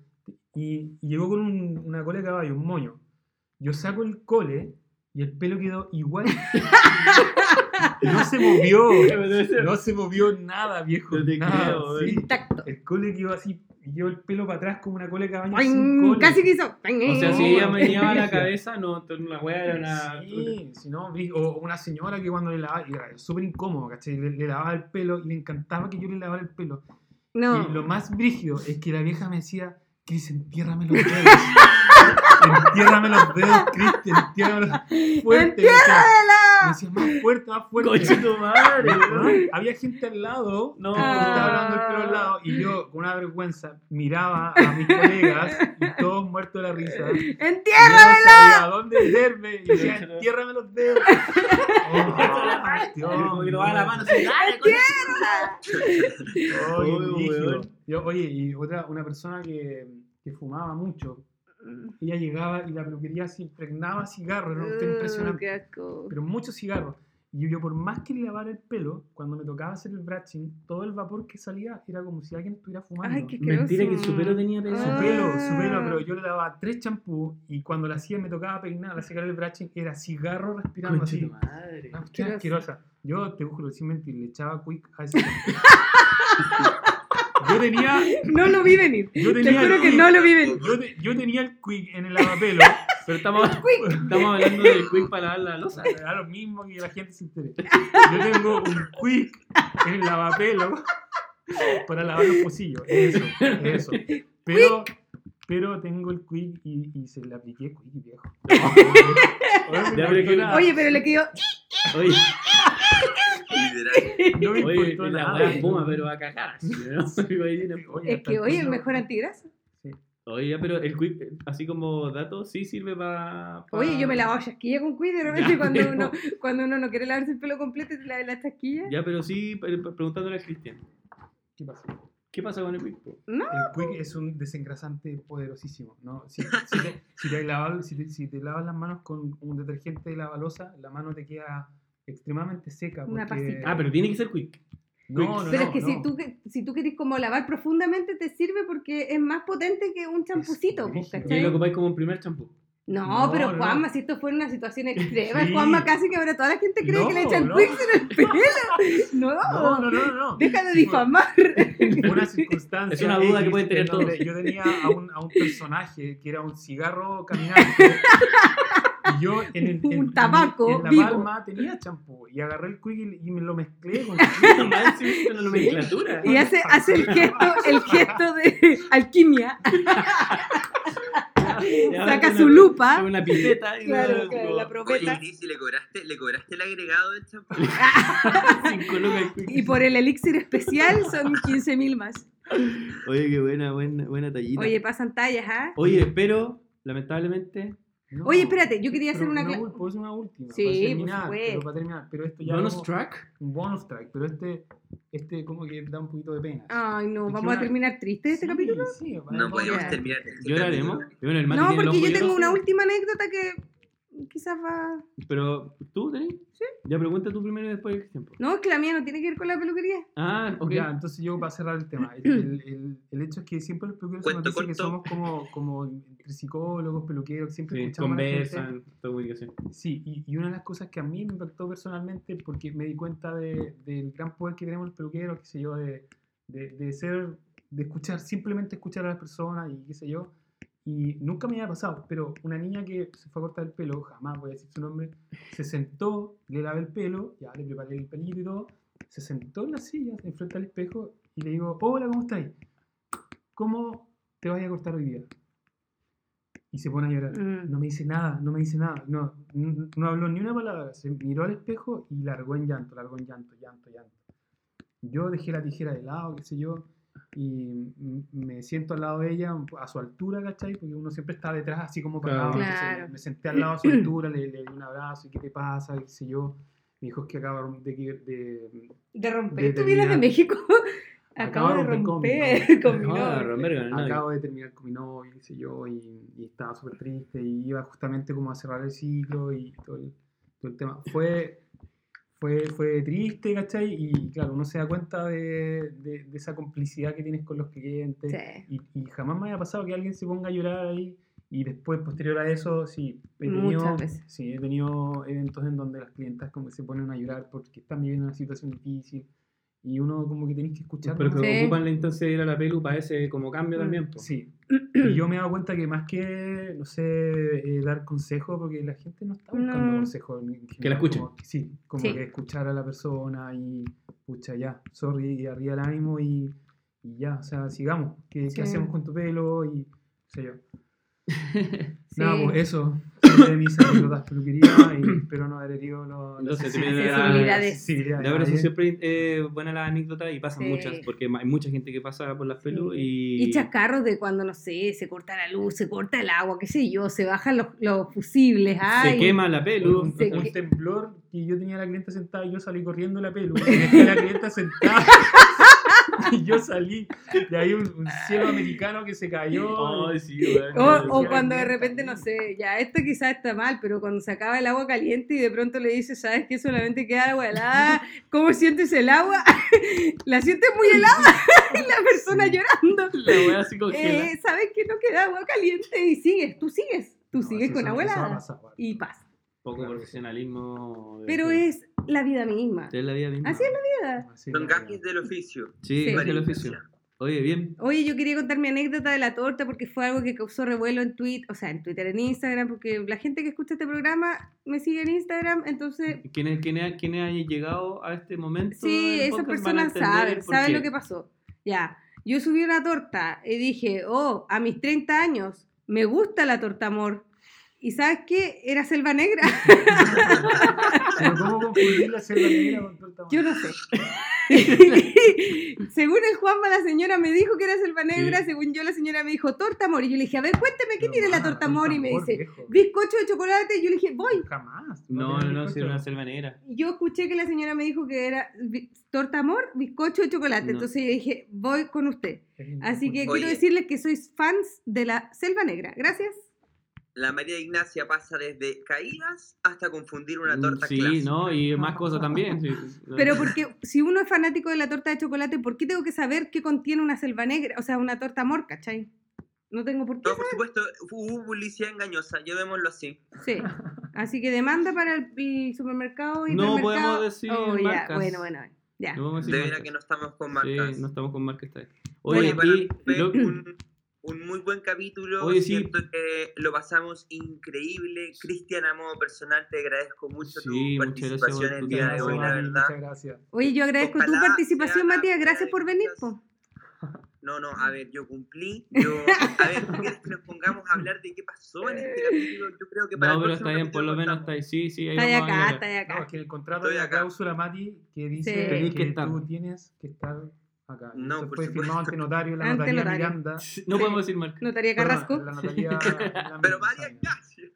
Speaker 5: Y, y llegó con un- una cola de caballo, un moño. Yo saco el cole y el pelo quedó igual. no se movió. No se movió nada, viejo.
Speaker 2: No te
Speaker 5: nada,
Speaker 2: creo,
Speaker 5: sí.
Speaker 3: Intacto.
Speaker 5: El cole quedó así. Y yo el pelo para atrás como una cola de caballo.
Speaker 3: Ay, mm,
Speaker 5: sin cole.
Speaker 3: Casi que hizo.
Speaker 2: O sea, si
Speaker 5: No,
Speaker 2: ella
Speaker 5: no,
Speaker 2: me
Speaker 5: qué
Speaker 2: llevaba la
Speaker 5: brillo.
Speaker 2: cabeza, no, la weá era una...
Speaker 5: Sí, si no, vi- o una señora que cuando le lavaba, y era súper incómodo, ¿cachai? Le, le lavaba el pelo y le encantaba que yo le lavara el pelo.
Speaker 3: No.
Speaker 5: Y lo más brígido es que la vieja me decía, Cris, entiérrame los dedos. entiérrame los dedos, Cris, entiérrame los fuerte. me decía. Me
Speaker 3: ¡Entiérrala!
Speaker 5: decía, más fuerte, más fuerte.
Speaker 2: Coche tu madre, weón.
Speaker 5: Weón, Había gente al lado,
Speaker 2: No.
Speaker 5: que
Speaker 3: Ah.
Speaker 5: estaba hablando el pelo al lado, y yo, con una vergüenza, miraba a mis colegas y todos muertos de la risa. Y yo no
Speaker 3: ¡Entiérrala!
Speaker 5: sabía a dónde meterme. Y decía, entiérrame los dedos. Oh,
Speaker 2: Y como que lo va a la mano,
Speaker 5: Dios
Speaker 2: así, ¡ay, coche!
Speaker 5: Oye,
Speaker 2: Obvio,
Speaker 5: brígido.
Speaker 2: weón.
Speaker 5: Yo- oye, y otra, una persona que, que fumaba mucho, ella llegaba y la peluquería se impregnaba cigarros, era una cuestión
Speaker 3: Uh,
Speaker 5: impresionante,
Speaker 3: qué asco.
Speaker 5: pero muchos cigarros. Y yo, por más que lavar el pelo, cuando me tocaba hacer el brushing, todo el vapor que salía era como si alguien estuviera fumando.
Speaker 3: Ay, qué
Speaker 2: Mentira que
Speaker 3: asqueroso.
Speaker 2: su pelo tenía peso.
Speaker 5: Su
Speaker 3: Ah.
Speaker 5: pelo, su pelo, pero yo le daba tres champús y cuando la hacía me tocaba peinar, la sacar el brushing, era cigarro respirando
Speaker 2: Coche tu
Speaker 5: así.
Speaker 2: madre.
Speaker 5: Una cuestión
Speaker 3: Asqueroso.
Speaker 5: asquerosa. Yo te juro, sin mentir, le echaba quick a ese. yo tenía.
Speaker 3: No lo vi venir.
Speaker 5: Yo
Speaker 3: Te
Speaker 5: tenía
Speaker 3: juro que
Speaker 5: el-
Speaker 3: no lo vi venir.
Speaker 5: Yo, te- yo tenía el quick en el lavapelo.
Speaker 2: Pero estamos, estamos hablando del quick para lavar la
Speaker 5: o
Speaker 2: losa.
Speaker 5: sea, era lo mismo que la gente se entere. Yo tengo un quick en el lavapelo para lavar los pocillos. Eso, eso. Pero, pero tengo el quick y, y se le apliqué quick, viejo. Ahora me
Speaker 2: Ya, pero
Speaker 5: importó
Speaker 2: que-
Speaker 5: nada.
Speaker 3: Oye, pero le quedó.
Speaker 2: Oye,
Speaker 4: Literal.
Speaker 5: no me
Speaker 2: oye,
Speaker 5: importó
Speaker 2: la
Speaker 5: nada.
Speaker 2: weá espuma, pero va a cagar. así, ¿no? Oye, una-
Speaker 5: Oye,
Speaker 3: Es
Speaker 5: hasta
Speaker 3: que hoy el
Speaker 5: culo.
Speaker 3: mejor antigrasa.
Speaker 2: Oye, pero el quick, así como dato, sí sirve para.
Speaker 3: Oye, yo me lavo chasquilla con cuide de repente
Speaker 2: Ah. Ya,
Speaker 3: cuando
Speaker 2: pero-
Speaker 3: uno, cuando uno no quiere lavarse el pelo completo y te lave la chasquilla.
Speaker 2: Ya, pero sí, pre- preguntándole a Cristian,
Speaker 5: ¿Qué pasó?
Speaker 2: ¿qué pasa con el quick? po?
Speaker 5: El quick es un desengrasante poderosísimo, ¿no? Si, si te, si te lavas, si te- si te lavas las manos con un detergente de lavalosa, la mano te queda extremadamente seca.
Speaker 3: Una
Speaker 5: porque-
Speaker 3: pasita.
Speaker 2: Ah, pero tiene que ser quick.
Speaker 5: No, no, no,
Speaker 3: Pero es que si
Speaker 5: no.
Speaker 3: tú que- si tú querés como lavar profundamente te sirve porque es más potente que un champucito,
Speaker 5: brígido.
Speaker 3: pues,
Speaker 2: Y ahí
Speaker 3: ¿cachai?
Speaker 2: lo ocupáis como un primer champú.
Speaker 3: No,
Speaker 5: No,
Speaker 3: pero
Speaker 5: no.
Speaker 3: Juanma, si esto fuera una situación extrema,
Speaker 5: Sí.
Speaker 3: Juanma casi que ahora toda la gente cree que le
Speaker 5: No,
Speaker 3: echan
Speaker 5: no.
Speaker 3: Twix en el pelo. No,
Speaker 5: No, no, no, no.
Speaker 3: deja de
Speaker 5: Sí,
Speaker 3: difamar.
Speaker 5: fue Una circunstancia.
Speaker 2: Es una duda que
Speaker 5: X
Speaker 2: pueden tener
Speaker 5: en donde
Speaker 2: todos.
Speaker 5: Yo tenía a un, a un personaje que era un cigarro caminante. Y yo en el
Speaker 3: Un
Speaker 5: en- en-
Speaker 3: tabaco
Speaker 5: en la
Speaker 3: vivo.
Speaker 5: palma tenía champú y agarré el quick y, y me lo mezclé con
Speaker 2: Más encima está en la nomenclatura.
Speaker 3: Y hace, hace el gesto, el gesto de alquimia,
Speaker 2: Ya,
Speaker 3: saca
Speaker 2: una-
Speaker 3: su lupa.
Speaker 2: Una pipeta y
Speaker 3: Claro,
Speaker 2: una-
Speaker 3: claro, la
Speaker 4: Oye,
Speaker 3: probeta.
Speaker 4: Cris, ¿y le cobraste, le cobraste el agregado del champú?
Speaker 2: cinco lucas el quick.
Speaker 3: Y por el elixir especial son 15.000 más.
Speaker 2: Oye, qué buena, buena, buena tallita.
Speaker 3: Oye, pasan tallas, ¿ah?
Speaker 2: Oye, pero, lamentablemente,
Speaker 5: No,
Speaker 3: Oye, espérate, yo quería hacer
Speaker 5: pero
Speaker 3: una
Speaker 5: una
Speaker 3: cla-
Speaker 5: ul- pues una última.
Speaker 3: Sí,
Speaker 5: para
Speaker 3: por
Speaker 5: terminar,
Speaker 3: supuesto.
Speaker 5: pero para terminar, pero esto ya
Speaker 2: bonus
Speaker 5: lo-
Speaker 2: track.
Speaker 5: un bonus track, pero este, este como que da un poquito de pena.
Speaker 3: Ay, no,
Speaker 5: Es
Speaker 3: vamos
Speaker 5: que
Speaker 3: a
Speaker 5: una-
Speaker 3: terminar triste este
Speaker 5: Sí,
Speaker 3: capítulo.
Speaker 5: sí, vale,
Speaker 4: No
Speaker 5: vale.
Speaker 4: podíamos
Speaker 3: Ya.
Speaker 4: terminar. este
Speaker 2: Lloraremos.
Speaker 4: capítulo.
Speaker 2: Bueno, el Mati
Speaker 3: No,
Speaker 2: tiene el
Speaker 3: porque
Speaker 2: ojo
Speaker 3: yo tengo
Speaker 2: lloroso.
Speaker 3: una última anécdota que quizás va.
Speaker 2: Pero, ¿tú tenés? Sí. Ya pregunta tú primero y después el tiempo.
Speaker 3: No, es que la mía no tiene que ver con la peluquería.
Speaker 2: Ah, ok.
Speaker 5: Ya, entonces yo para cerrar el tema, el, el- el- el hecho es que siempre los peluqueros se nos
Speaker 4: Cuento
Speaker 5: dicen que
Speaker 4: corto.
Speaker 5: somos como, como entre psicólogos, peluqueros, siempre
Speaker 2: Sí,
Speaker 5: escuchamos a la gente.
Speaker 2: conversan, toda comunicación.
Speaker 5: Sí, y, y una de las cosas que a mí me impactó personalmente, porque me di cuenta de- del gran poder que tenemos los peluqueros, qué sé yo, de, de, de ser, de escuchar, simplemente escuchar a las personas y qué sé yo. Y nunca me había pasado, pero una niña que se fue a cortar el pelo, jamás voy a decir su nombre, se sentó, le lavé el pelo, ya le preparé el pelito y todo, se sentó en la silla, enfrente al espejo y le digo, hola, ¿cómo estáis? ¿Cómo te vas a cortar hoy día? Y se pone a llorar.
Speaker 3: Mm.
Speaker 5: No me dice nada, no me dice nada. No, n- no habló ni una palabra. Se miró al espejo y largó en llanto, largó en llanto, llanto, llanto. Yo dejé la tijera de lado, qué sé yo. y m- me siento al lado de ella, a su altura, ¿cachai? Porque uno siempre está detrás así como parado.
Speaker 2: Claro.
Speaker 5: entonces
Speaker 3: Claro.
Speaker 5: Me senté al lado a su altura, le, le di un abrazo, ¿y qué te pasa? Y qué sé yo. Me dijo es que acabo de, de-
Speaker 3: De
Speaker 5: De
Speaker 3: romper. ¿Tú vienes de
Speaker 5: terminar.
Speaker 3: México?
Speaker 5: Acabo
Speaker 3: Acabo
Speaker 5: de
Speaker 3: de
Speaker 5: romper con mi
Speaker 3: romper con mi
Speaker 5: novio.
Speaker 2: Ah,
Speaker 3: novio.
Speaker 2: Ron Bergen, no,
Speaker 5: acabo de terminar con mi novio, qué sé yo, y, y estaba súper triste, y iba justamente como a cerrar el ciclo y todo el, todo el tema. Fue, fue, fue triste, ¿cachai? Y claro, uno se da cuenta de, de- de esa complicidad que tienes con los clientes.
Speaker 3: Sí.
Speaker 5: Y, y jamás me había pasado que alguien se ponga a llorar ahí. Y después, posterior a eso, sí, he tenido,
Speaker 3: Muchas veces.
Speaker 5: sí, he tenido eventos en donde las clientas como que se ponen a llorar porque están viviendo una situación difícil. Y uno como que tenés que escuchar.
Speaker 2: Pero
Speaker 5: nomás.
Speaker 2: que
Speaker 3: Sí.
Speaker 2: ocupan la instancia de ir a la pelu para ese como cambio
Speaker 3: Mm.
Speaker 2: también. po.
Speaker 5: Sí. Y yo me he dado cuenta que más que, no sé, eh, dar consejo, porque la gente no está buscando
Speaker 3: No.
Speaker 5: consejo. en general,
Speaker 2: Que la escuchen.
Speaker 5: como- sí, como
Speaker 3: Sí.
Speaker 5: que escuchar a la persona y, pucha, ya, sorry, y arriba el ánimo y, y ya, o sea, sigamos. ¿Qué, qué
Speaker 3: Sí.
Speaker 5: hacemos con tu pelo? Y, no sé yo.
Speaker 3: Sí.
Speaker 5: Nada, pues eso. Son de mis anécdotas peluquería y espero no haber herido los-
Speaker 2: No
Speaker 5: las
Speaker 2: sé, te
Speaker 5: sensibilidades-
Speaker 2: pide la-
Speaker 5: las
Speaker 3: Sensibilidades.
Speaker 5: sensibilidades
Speaker 2: No,
Speaker 5: de
Speaker 2: pero son
Speaker 5: nadie.
Speaker 2: siempre eh, buenas las anécdotas y pasan
Speaker 3: Sí.
Speaker 2: muchas, porque hay mucha gente que pasa por las pelu y...
Speaker 3: Y chascarros de cuando, no sé, se corta la luz, se corta el agua, qué sé yo, se bajan los, los fusibles.
Speaker 2: se
Speaker 3: Ay,
Speaker 2: quema la pelu.
Speaker 5: un,
Speaker 3: se
Speaker 5: un
Speaker 3: que-
Speaker 5: temblor y yo tenía a la clienta sentada y yo salí corriendo la pelu. y Dejé a la clienta sentada y yo salí. Y ahí un, un cielo americano que se cayó.
Speaker 2: Ay, sí, güey.
Speaker 3: O, o
Speaker 5: Sí,
Speaker 3: cuando de
Speaker 5: también,
Speaker 3: repente, no
Speaker 5: también.
Speaker 3: sé, ya esto quizás está mal, pero cuando se acaba el agua caliente y de pronto le dices, ¿sabes qué? Solamente queda agua helada, ¿cómo sientes el agua? la sientes muy helada, y la persona
Speaker 2: Sí.
Speaker 3: llorando.
Speaker 2: La wea así congela.
Speaker 3: Eh, ¿Sabes que no queda agua caliente? Y sigues, tú sigues, tú
Speaker 5: No,
Speaker 3: sigues
Speaker 5: eso-
Speaker 3: con
Speaker 5: eso
Speaker 3: agua
Speaker 5: va a
Speaker 3: helada.
Speaker 5: pasar, vale.
Speaker 3: Y pasa.
Speaker 2: Poco profesionalismo. de-
Speaker 3: Pero es la vida misma.
Speaker 2: Es la vida misma.
Speaker 3: Así es
Speaker 5: Así
Speaker 4: Son
Speaker 5: que-
Speaker 4: gajes del oficio.
Speaker 2: Sí,
Speaker 3: Sí.
Speaker 2: es el oficio. Oye, bien.
Speaker 3: Oye, yo quería contar mi anécdota de la torta porque fue algo que causó revuelo en Twitter, o sea, en Twitter, en Instagram, porque la gente que escucha este programa me sigue en Instagram, entonces
Speaker 2: ¿Quiénes quiénes- quiénes hayan llegado a este momento?
Speaker 3: Sí,
Speaker 2: del
Speaker 3: esas
Speaker 2: podcast van a
Speaker 3: personas
Speaker 2: entender
Speaker 3: saben,
Speaker 2: el por
Speaker 3: saben
Speaker 2: qué.
Speaker 3: lo que pasó. Ya, yo subí una torta y dije, oh, a mis 30 años, me gusta la torta amor. ¿Y sabes qué? Era selva negra.
Speaker 5: Pero ¿Cómo confundir la selva negra con torta
Speaker 3: Yo no sé. según el Juanma, la señora me dijo que era selva negra,
Speaker 2: Sí.
Speaker 3: según yo, la señora me dijo torta amor. Y yo le dije, a ver, cuéntame, ¿qué tiene la torta amor? Y me dice,
Speaker 5: Ah, viejo.
Speaker 3: bizcocho de chocolate. Y yo le dije, voy.
Speaker 5: Jamás.
Speaker 2: No, no,
Speaker 5: tiene
Speaker 2: no, si era una
Speaker 5: bizcocho.
Speaker 2: selva negra.
Speaker 3: Y Yo escuché que la señora me dijo que era bi- torta amor, bizcocho de chocolate.
Speaker 2: No.
Speaker 3: Entonces yo dije, voy con usted. Así que
Speaker 4: Oye.
Speaker 3: quiero decirles que sois fans de la Selva Negra. Gracias.
Speaker 4: La María Ignacia pasa desde caídas hasta confundir una torta
Speaker 2: Mm, Sí,
Speaker 4: clásica.
Speaker 2: no, y más cosas también. sí.
Speaker 3: Pero porque si uno es fanático de la torta de chocolate, ¿por qué tengo que saber qué contiene una Selva Negra? O sea, una torta amor, ¿cachai? No tengo por qué.
Speaker 4: No, por supuesto, hubo publicidad engañosa, llamémoslo así.
Speaker 3: Sí. Así que demanda para el, el supermercado y
Speaker 2: No podemos decir
Speaker 3: Oh, ya.
Speaker 2: marcas.
Speaker 3: Bueno, bueno, ya.
Speaker 2: No vamos a decir
Speaker 4: De
Speaker 2: marcas.
Speaker 4: verdad que no estamos con marcas.
Speaker 2: Sí, no estamos con marcas esta vez.
Speaker 4: Oye,
Speaker 2: Oye,
Speaker 4: para mí
Speaker 2: y
Speaker 4: fue
Speaker 2: lo-
Speaker 4: un, un muy buen capítulo.
Speaker 2: Oye, sí.
Speaker 4: Siento que lo pasamos increíble. Cristian, a modo personal, te agradezco mucho
Speaker 2: Sí,
Speaker 4: tu
Speaker 2: muchas gracias por
Speaker 4: participación
Speaker 2: tu
Speaker 4: el
Speaker 5: Ya,
Speaker 4: día de
Speaker 2: tiempo.
Speaker 4: hoy, la
Speaker 5: Mari,
Speaker 4: verdad.
Speaker 5: Muchas gracias.
Speaker 3: Oye, yo agradezco
Speaker 4: Ojalá
Speaker 3: tu participación,
Speaker 4: sea la
Speaker 3: Matías. Gracias
Speaker 4: primera
Speaker 3: por
Speaker 4: vez
Speaker 3: venir,
Speaker 4: que
Speaker 3: po.
Speaker 4: No, no, a ver, yo cumplí. Yo, a ver, ¿tú quieres que nos pongamos a hablar de qué pasó en este capítulo? Yo creo que para
Speaker 2: No,
Speaker 4: el
Speaker 2: pero
Speaker 4: próximo
Speaker 2: está bien, por lo
Speaker 4: capítulo
Speaker 2: menos está
Speaker 4: contamos.
Speaker 2: ahí. Sí, sí, ahí
Speaker 3: Está de
Speaker 2: vamos a
Speaker 3: acá,
Speaker 2: hablar.
Speaker 3: está de
Speaker 5: No, es
Speaker 3: acá.
Speaker 5: Ah, que el contrato
Speaker 4: Estoy
Speaker 5: de la
Speaker 4: acá.
Speaker 5: cláusula Mati que dice
Speaker 3: Sí.
Speaker 2: Tenés
Speaker 5: que,
Speaker 2: que estar.
Speaker 5: tú tienes que estar acá.
Speaker 4: No,
Speaker 5: Eso
Speaker 4: por
Speaker 5: fue
Speaker 4: supuesto.
Speaker 5: firmado ante notario, la
Speaker 3: Ante
Speaker 5: notaría
Speaker 3: notario.
Speaker 5: Miranda.
Speaker 2: No
Speaker 3: Sí.
Speaker 2: podemos decir marcas.
Speaker 3: Notaría
Speaker 5: Perdón,
Speaker 3: Carrasco.
Speaker 5: la notaría- la Miranda.
Speaker 4: Pero María Ignacia.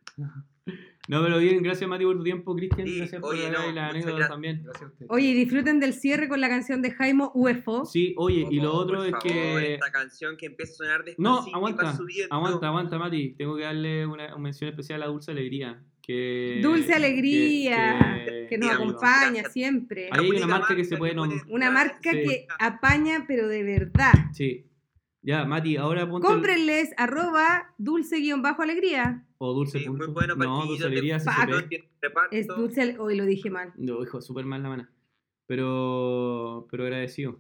Speaker 2: No, pero bien, gracias Mati por tu tiempo, Cristian.
Speaker 4: Sí,
Speaker 2: gracias por
Speaker 4: oye,
Speaker 2: la,
Speaker 4: no,
Speaker 2: la
Speaker 4: muchas
Speaker 2: anécdota
Speaker 4: gracias.
Speaker 2: también.
Speaker 5: Gracias a usted.
Speaker 3: Oye, y disfruten del cierre con la canción de Jaime UFO.
Speaker 2: Sí, oye, y lo
Speaker 4: Oh, Por
Speaker 2: otro es
Speaker 4: favor,
Speaker 2: que.
Speaker 4: Esta canción que empieza a sonar
Speaker 2: No,
Speaker 4: despacito y
Speaker 2: aguanta,
Speaker 4: va subiendo.
Speaker 2: Aguanta, aguanta, Mati. Tengo que darle una, una mención especial a Dulce Alegría. Que,
Speaker 3: Dulce Alegría,
Speaker 2: que-
Speaker 3: que nos
Speaker 4: Digamos,
Speaker 3: acompaña
Speaker 4: gracias.
Speaker 3: siempre.
Speaker 2: Ahí hay una
Speaker 4: única
Speaker 2: marca que se puede
Speaker 4: puede Ah,
Speaker 2: nombrar.
Speaker 3: Una
Speaker 4: dar
Speaker 3: marca
Speaker 2: Sí.
Speaker 3: que apaña, pero de verdad.
Speaker 2: Sí. Ya, Mati, ahora ponte. el-
Speaker 3: Cómprenles arroba dulce-alegría.
Speaker 2: O dulce.
Speaker 4: Sí,
Speaker 2: punto.
Speaker 4: muy bueno para
Speaker 2: no,
Speaker 4: ti,
Speaker 2: Dulce
Speaker 4: yo te-
Speaker 2: Alegría se
Speaker 3: Fuck.
Speaker 2: supe.
Speaker 4: tiene reparto.
Speaker 3: Es dulce, ale- hoy lo dije mal.
Speaker 2: No, hijo, súper mal la mano. Pero, pero agradecido.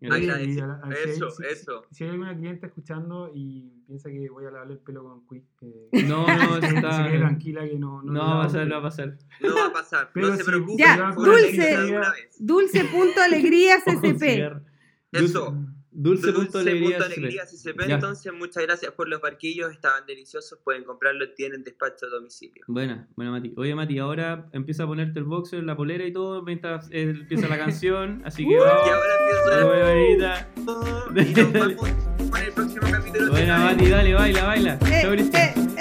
Speaker 5: Oye,
Speaker 2: Agradecido.
Speaker 5: y
Speaker 4: Agradecido.
Speaker 5: a la- a- si hay-
Speaker 4: Eso,
Speaker 5: si-
Speaker 4: eso.
Speaker 5: Si hay alguna cliente escuchando y piensa que voy a lavarle el pelo con quick, eh,
Speaker 2: No, no,
Speaker 5: que se quede
Speaker 2: está.
Speaker 5: tranquila que no.
Speaker 2: No va a pasar, no va a
Speaker 5: pasar.
Speaker 2: pasar.
Speaker 4: No va a pasar.
Speaker 5: Pero
Speaker 4: no se
Speaker 5: si-
Speaker 4: preocupen.
Speaker 3: Ya,
Speaker 4: fue una
Speaker 3: dulce.
Speaker 4: alegría de una vez.
Speaker 2: Oh,
Speaker 3: Dulce.alegría
Speaker 2: Ojo, un
Speaker 3: CCP.
Speaker 2: cigarro.
Speaker 4: Eso.
Speaker 2: Dulce,
Speaker 4: Dulce
Speaker 2: punto alegría. se
Speaker 4: punto alegría,
Speaker 2: ve.
Speaker 4: si se ve,
Speaker 2: Ya.
Speaker 4: entonces muchas gracias por los barquillos, estaban deliciosos, pueden comprarlo, tienen despacho a domicilio.
Speaker 2: Buena, buena Mati. Oye Mati, ahora empieza a ponerte el boxer, la polera y todo mientras eh, empieza la canción. Así que
Speaker 4: Y
Speaker 2: vamos.
Speaker 4: ahora empiezo
Speaker 2: Muy bonita.
Speaker 4: de nuevo y nos vamos con el próximo capítulo.
Speaker 2: Buena Mati, dale, baila, este baila.
Speaker 3: Eh,
Speaker 2: Chau, Cristian.
Speaker 3: eh.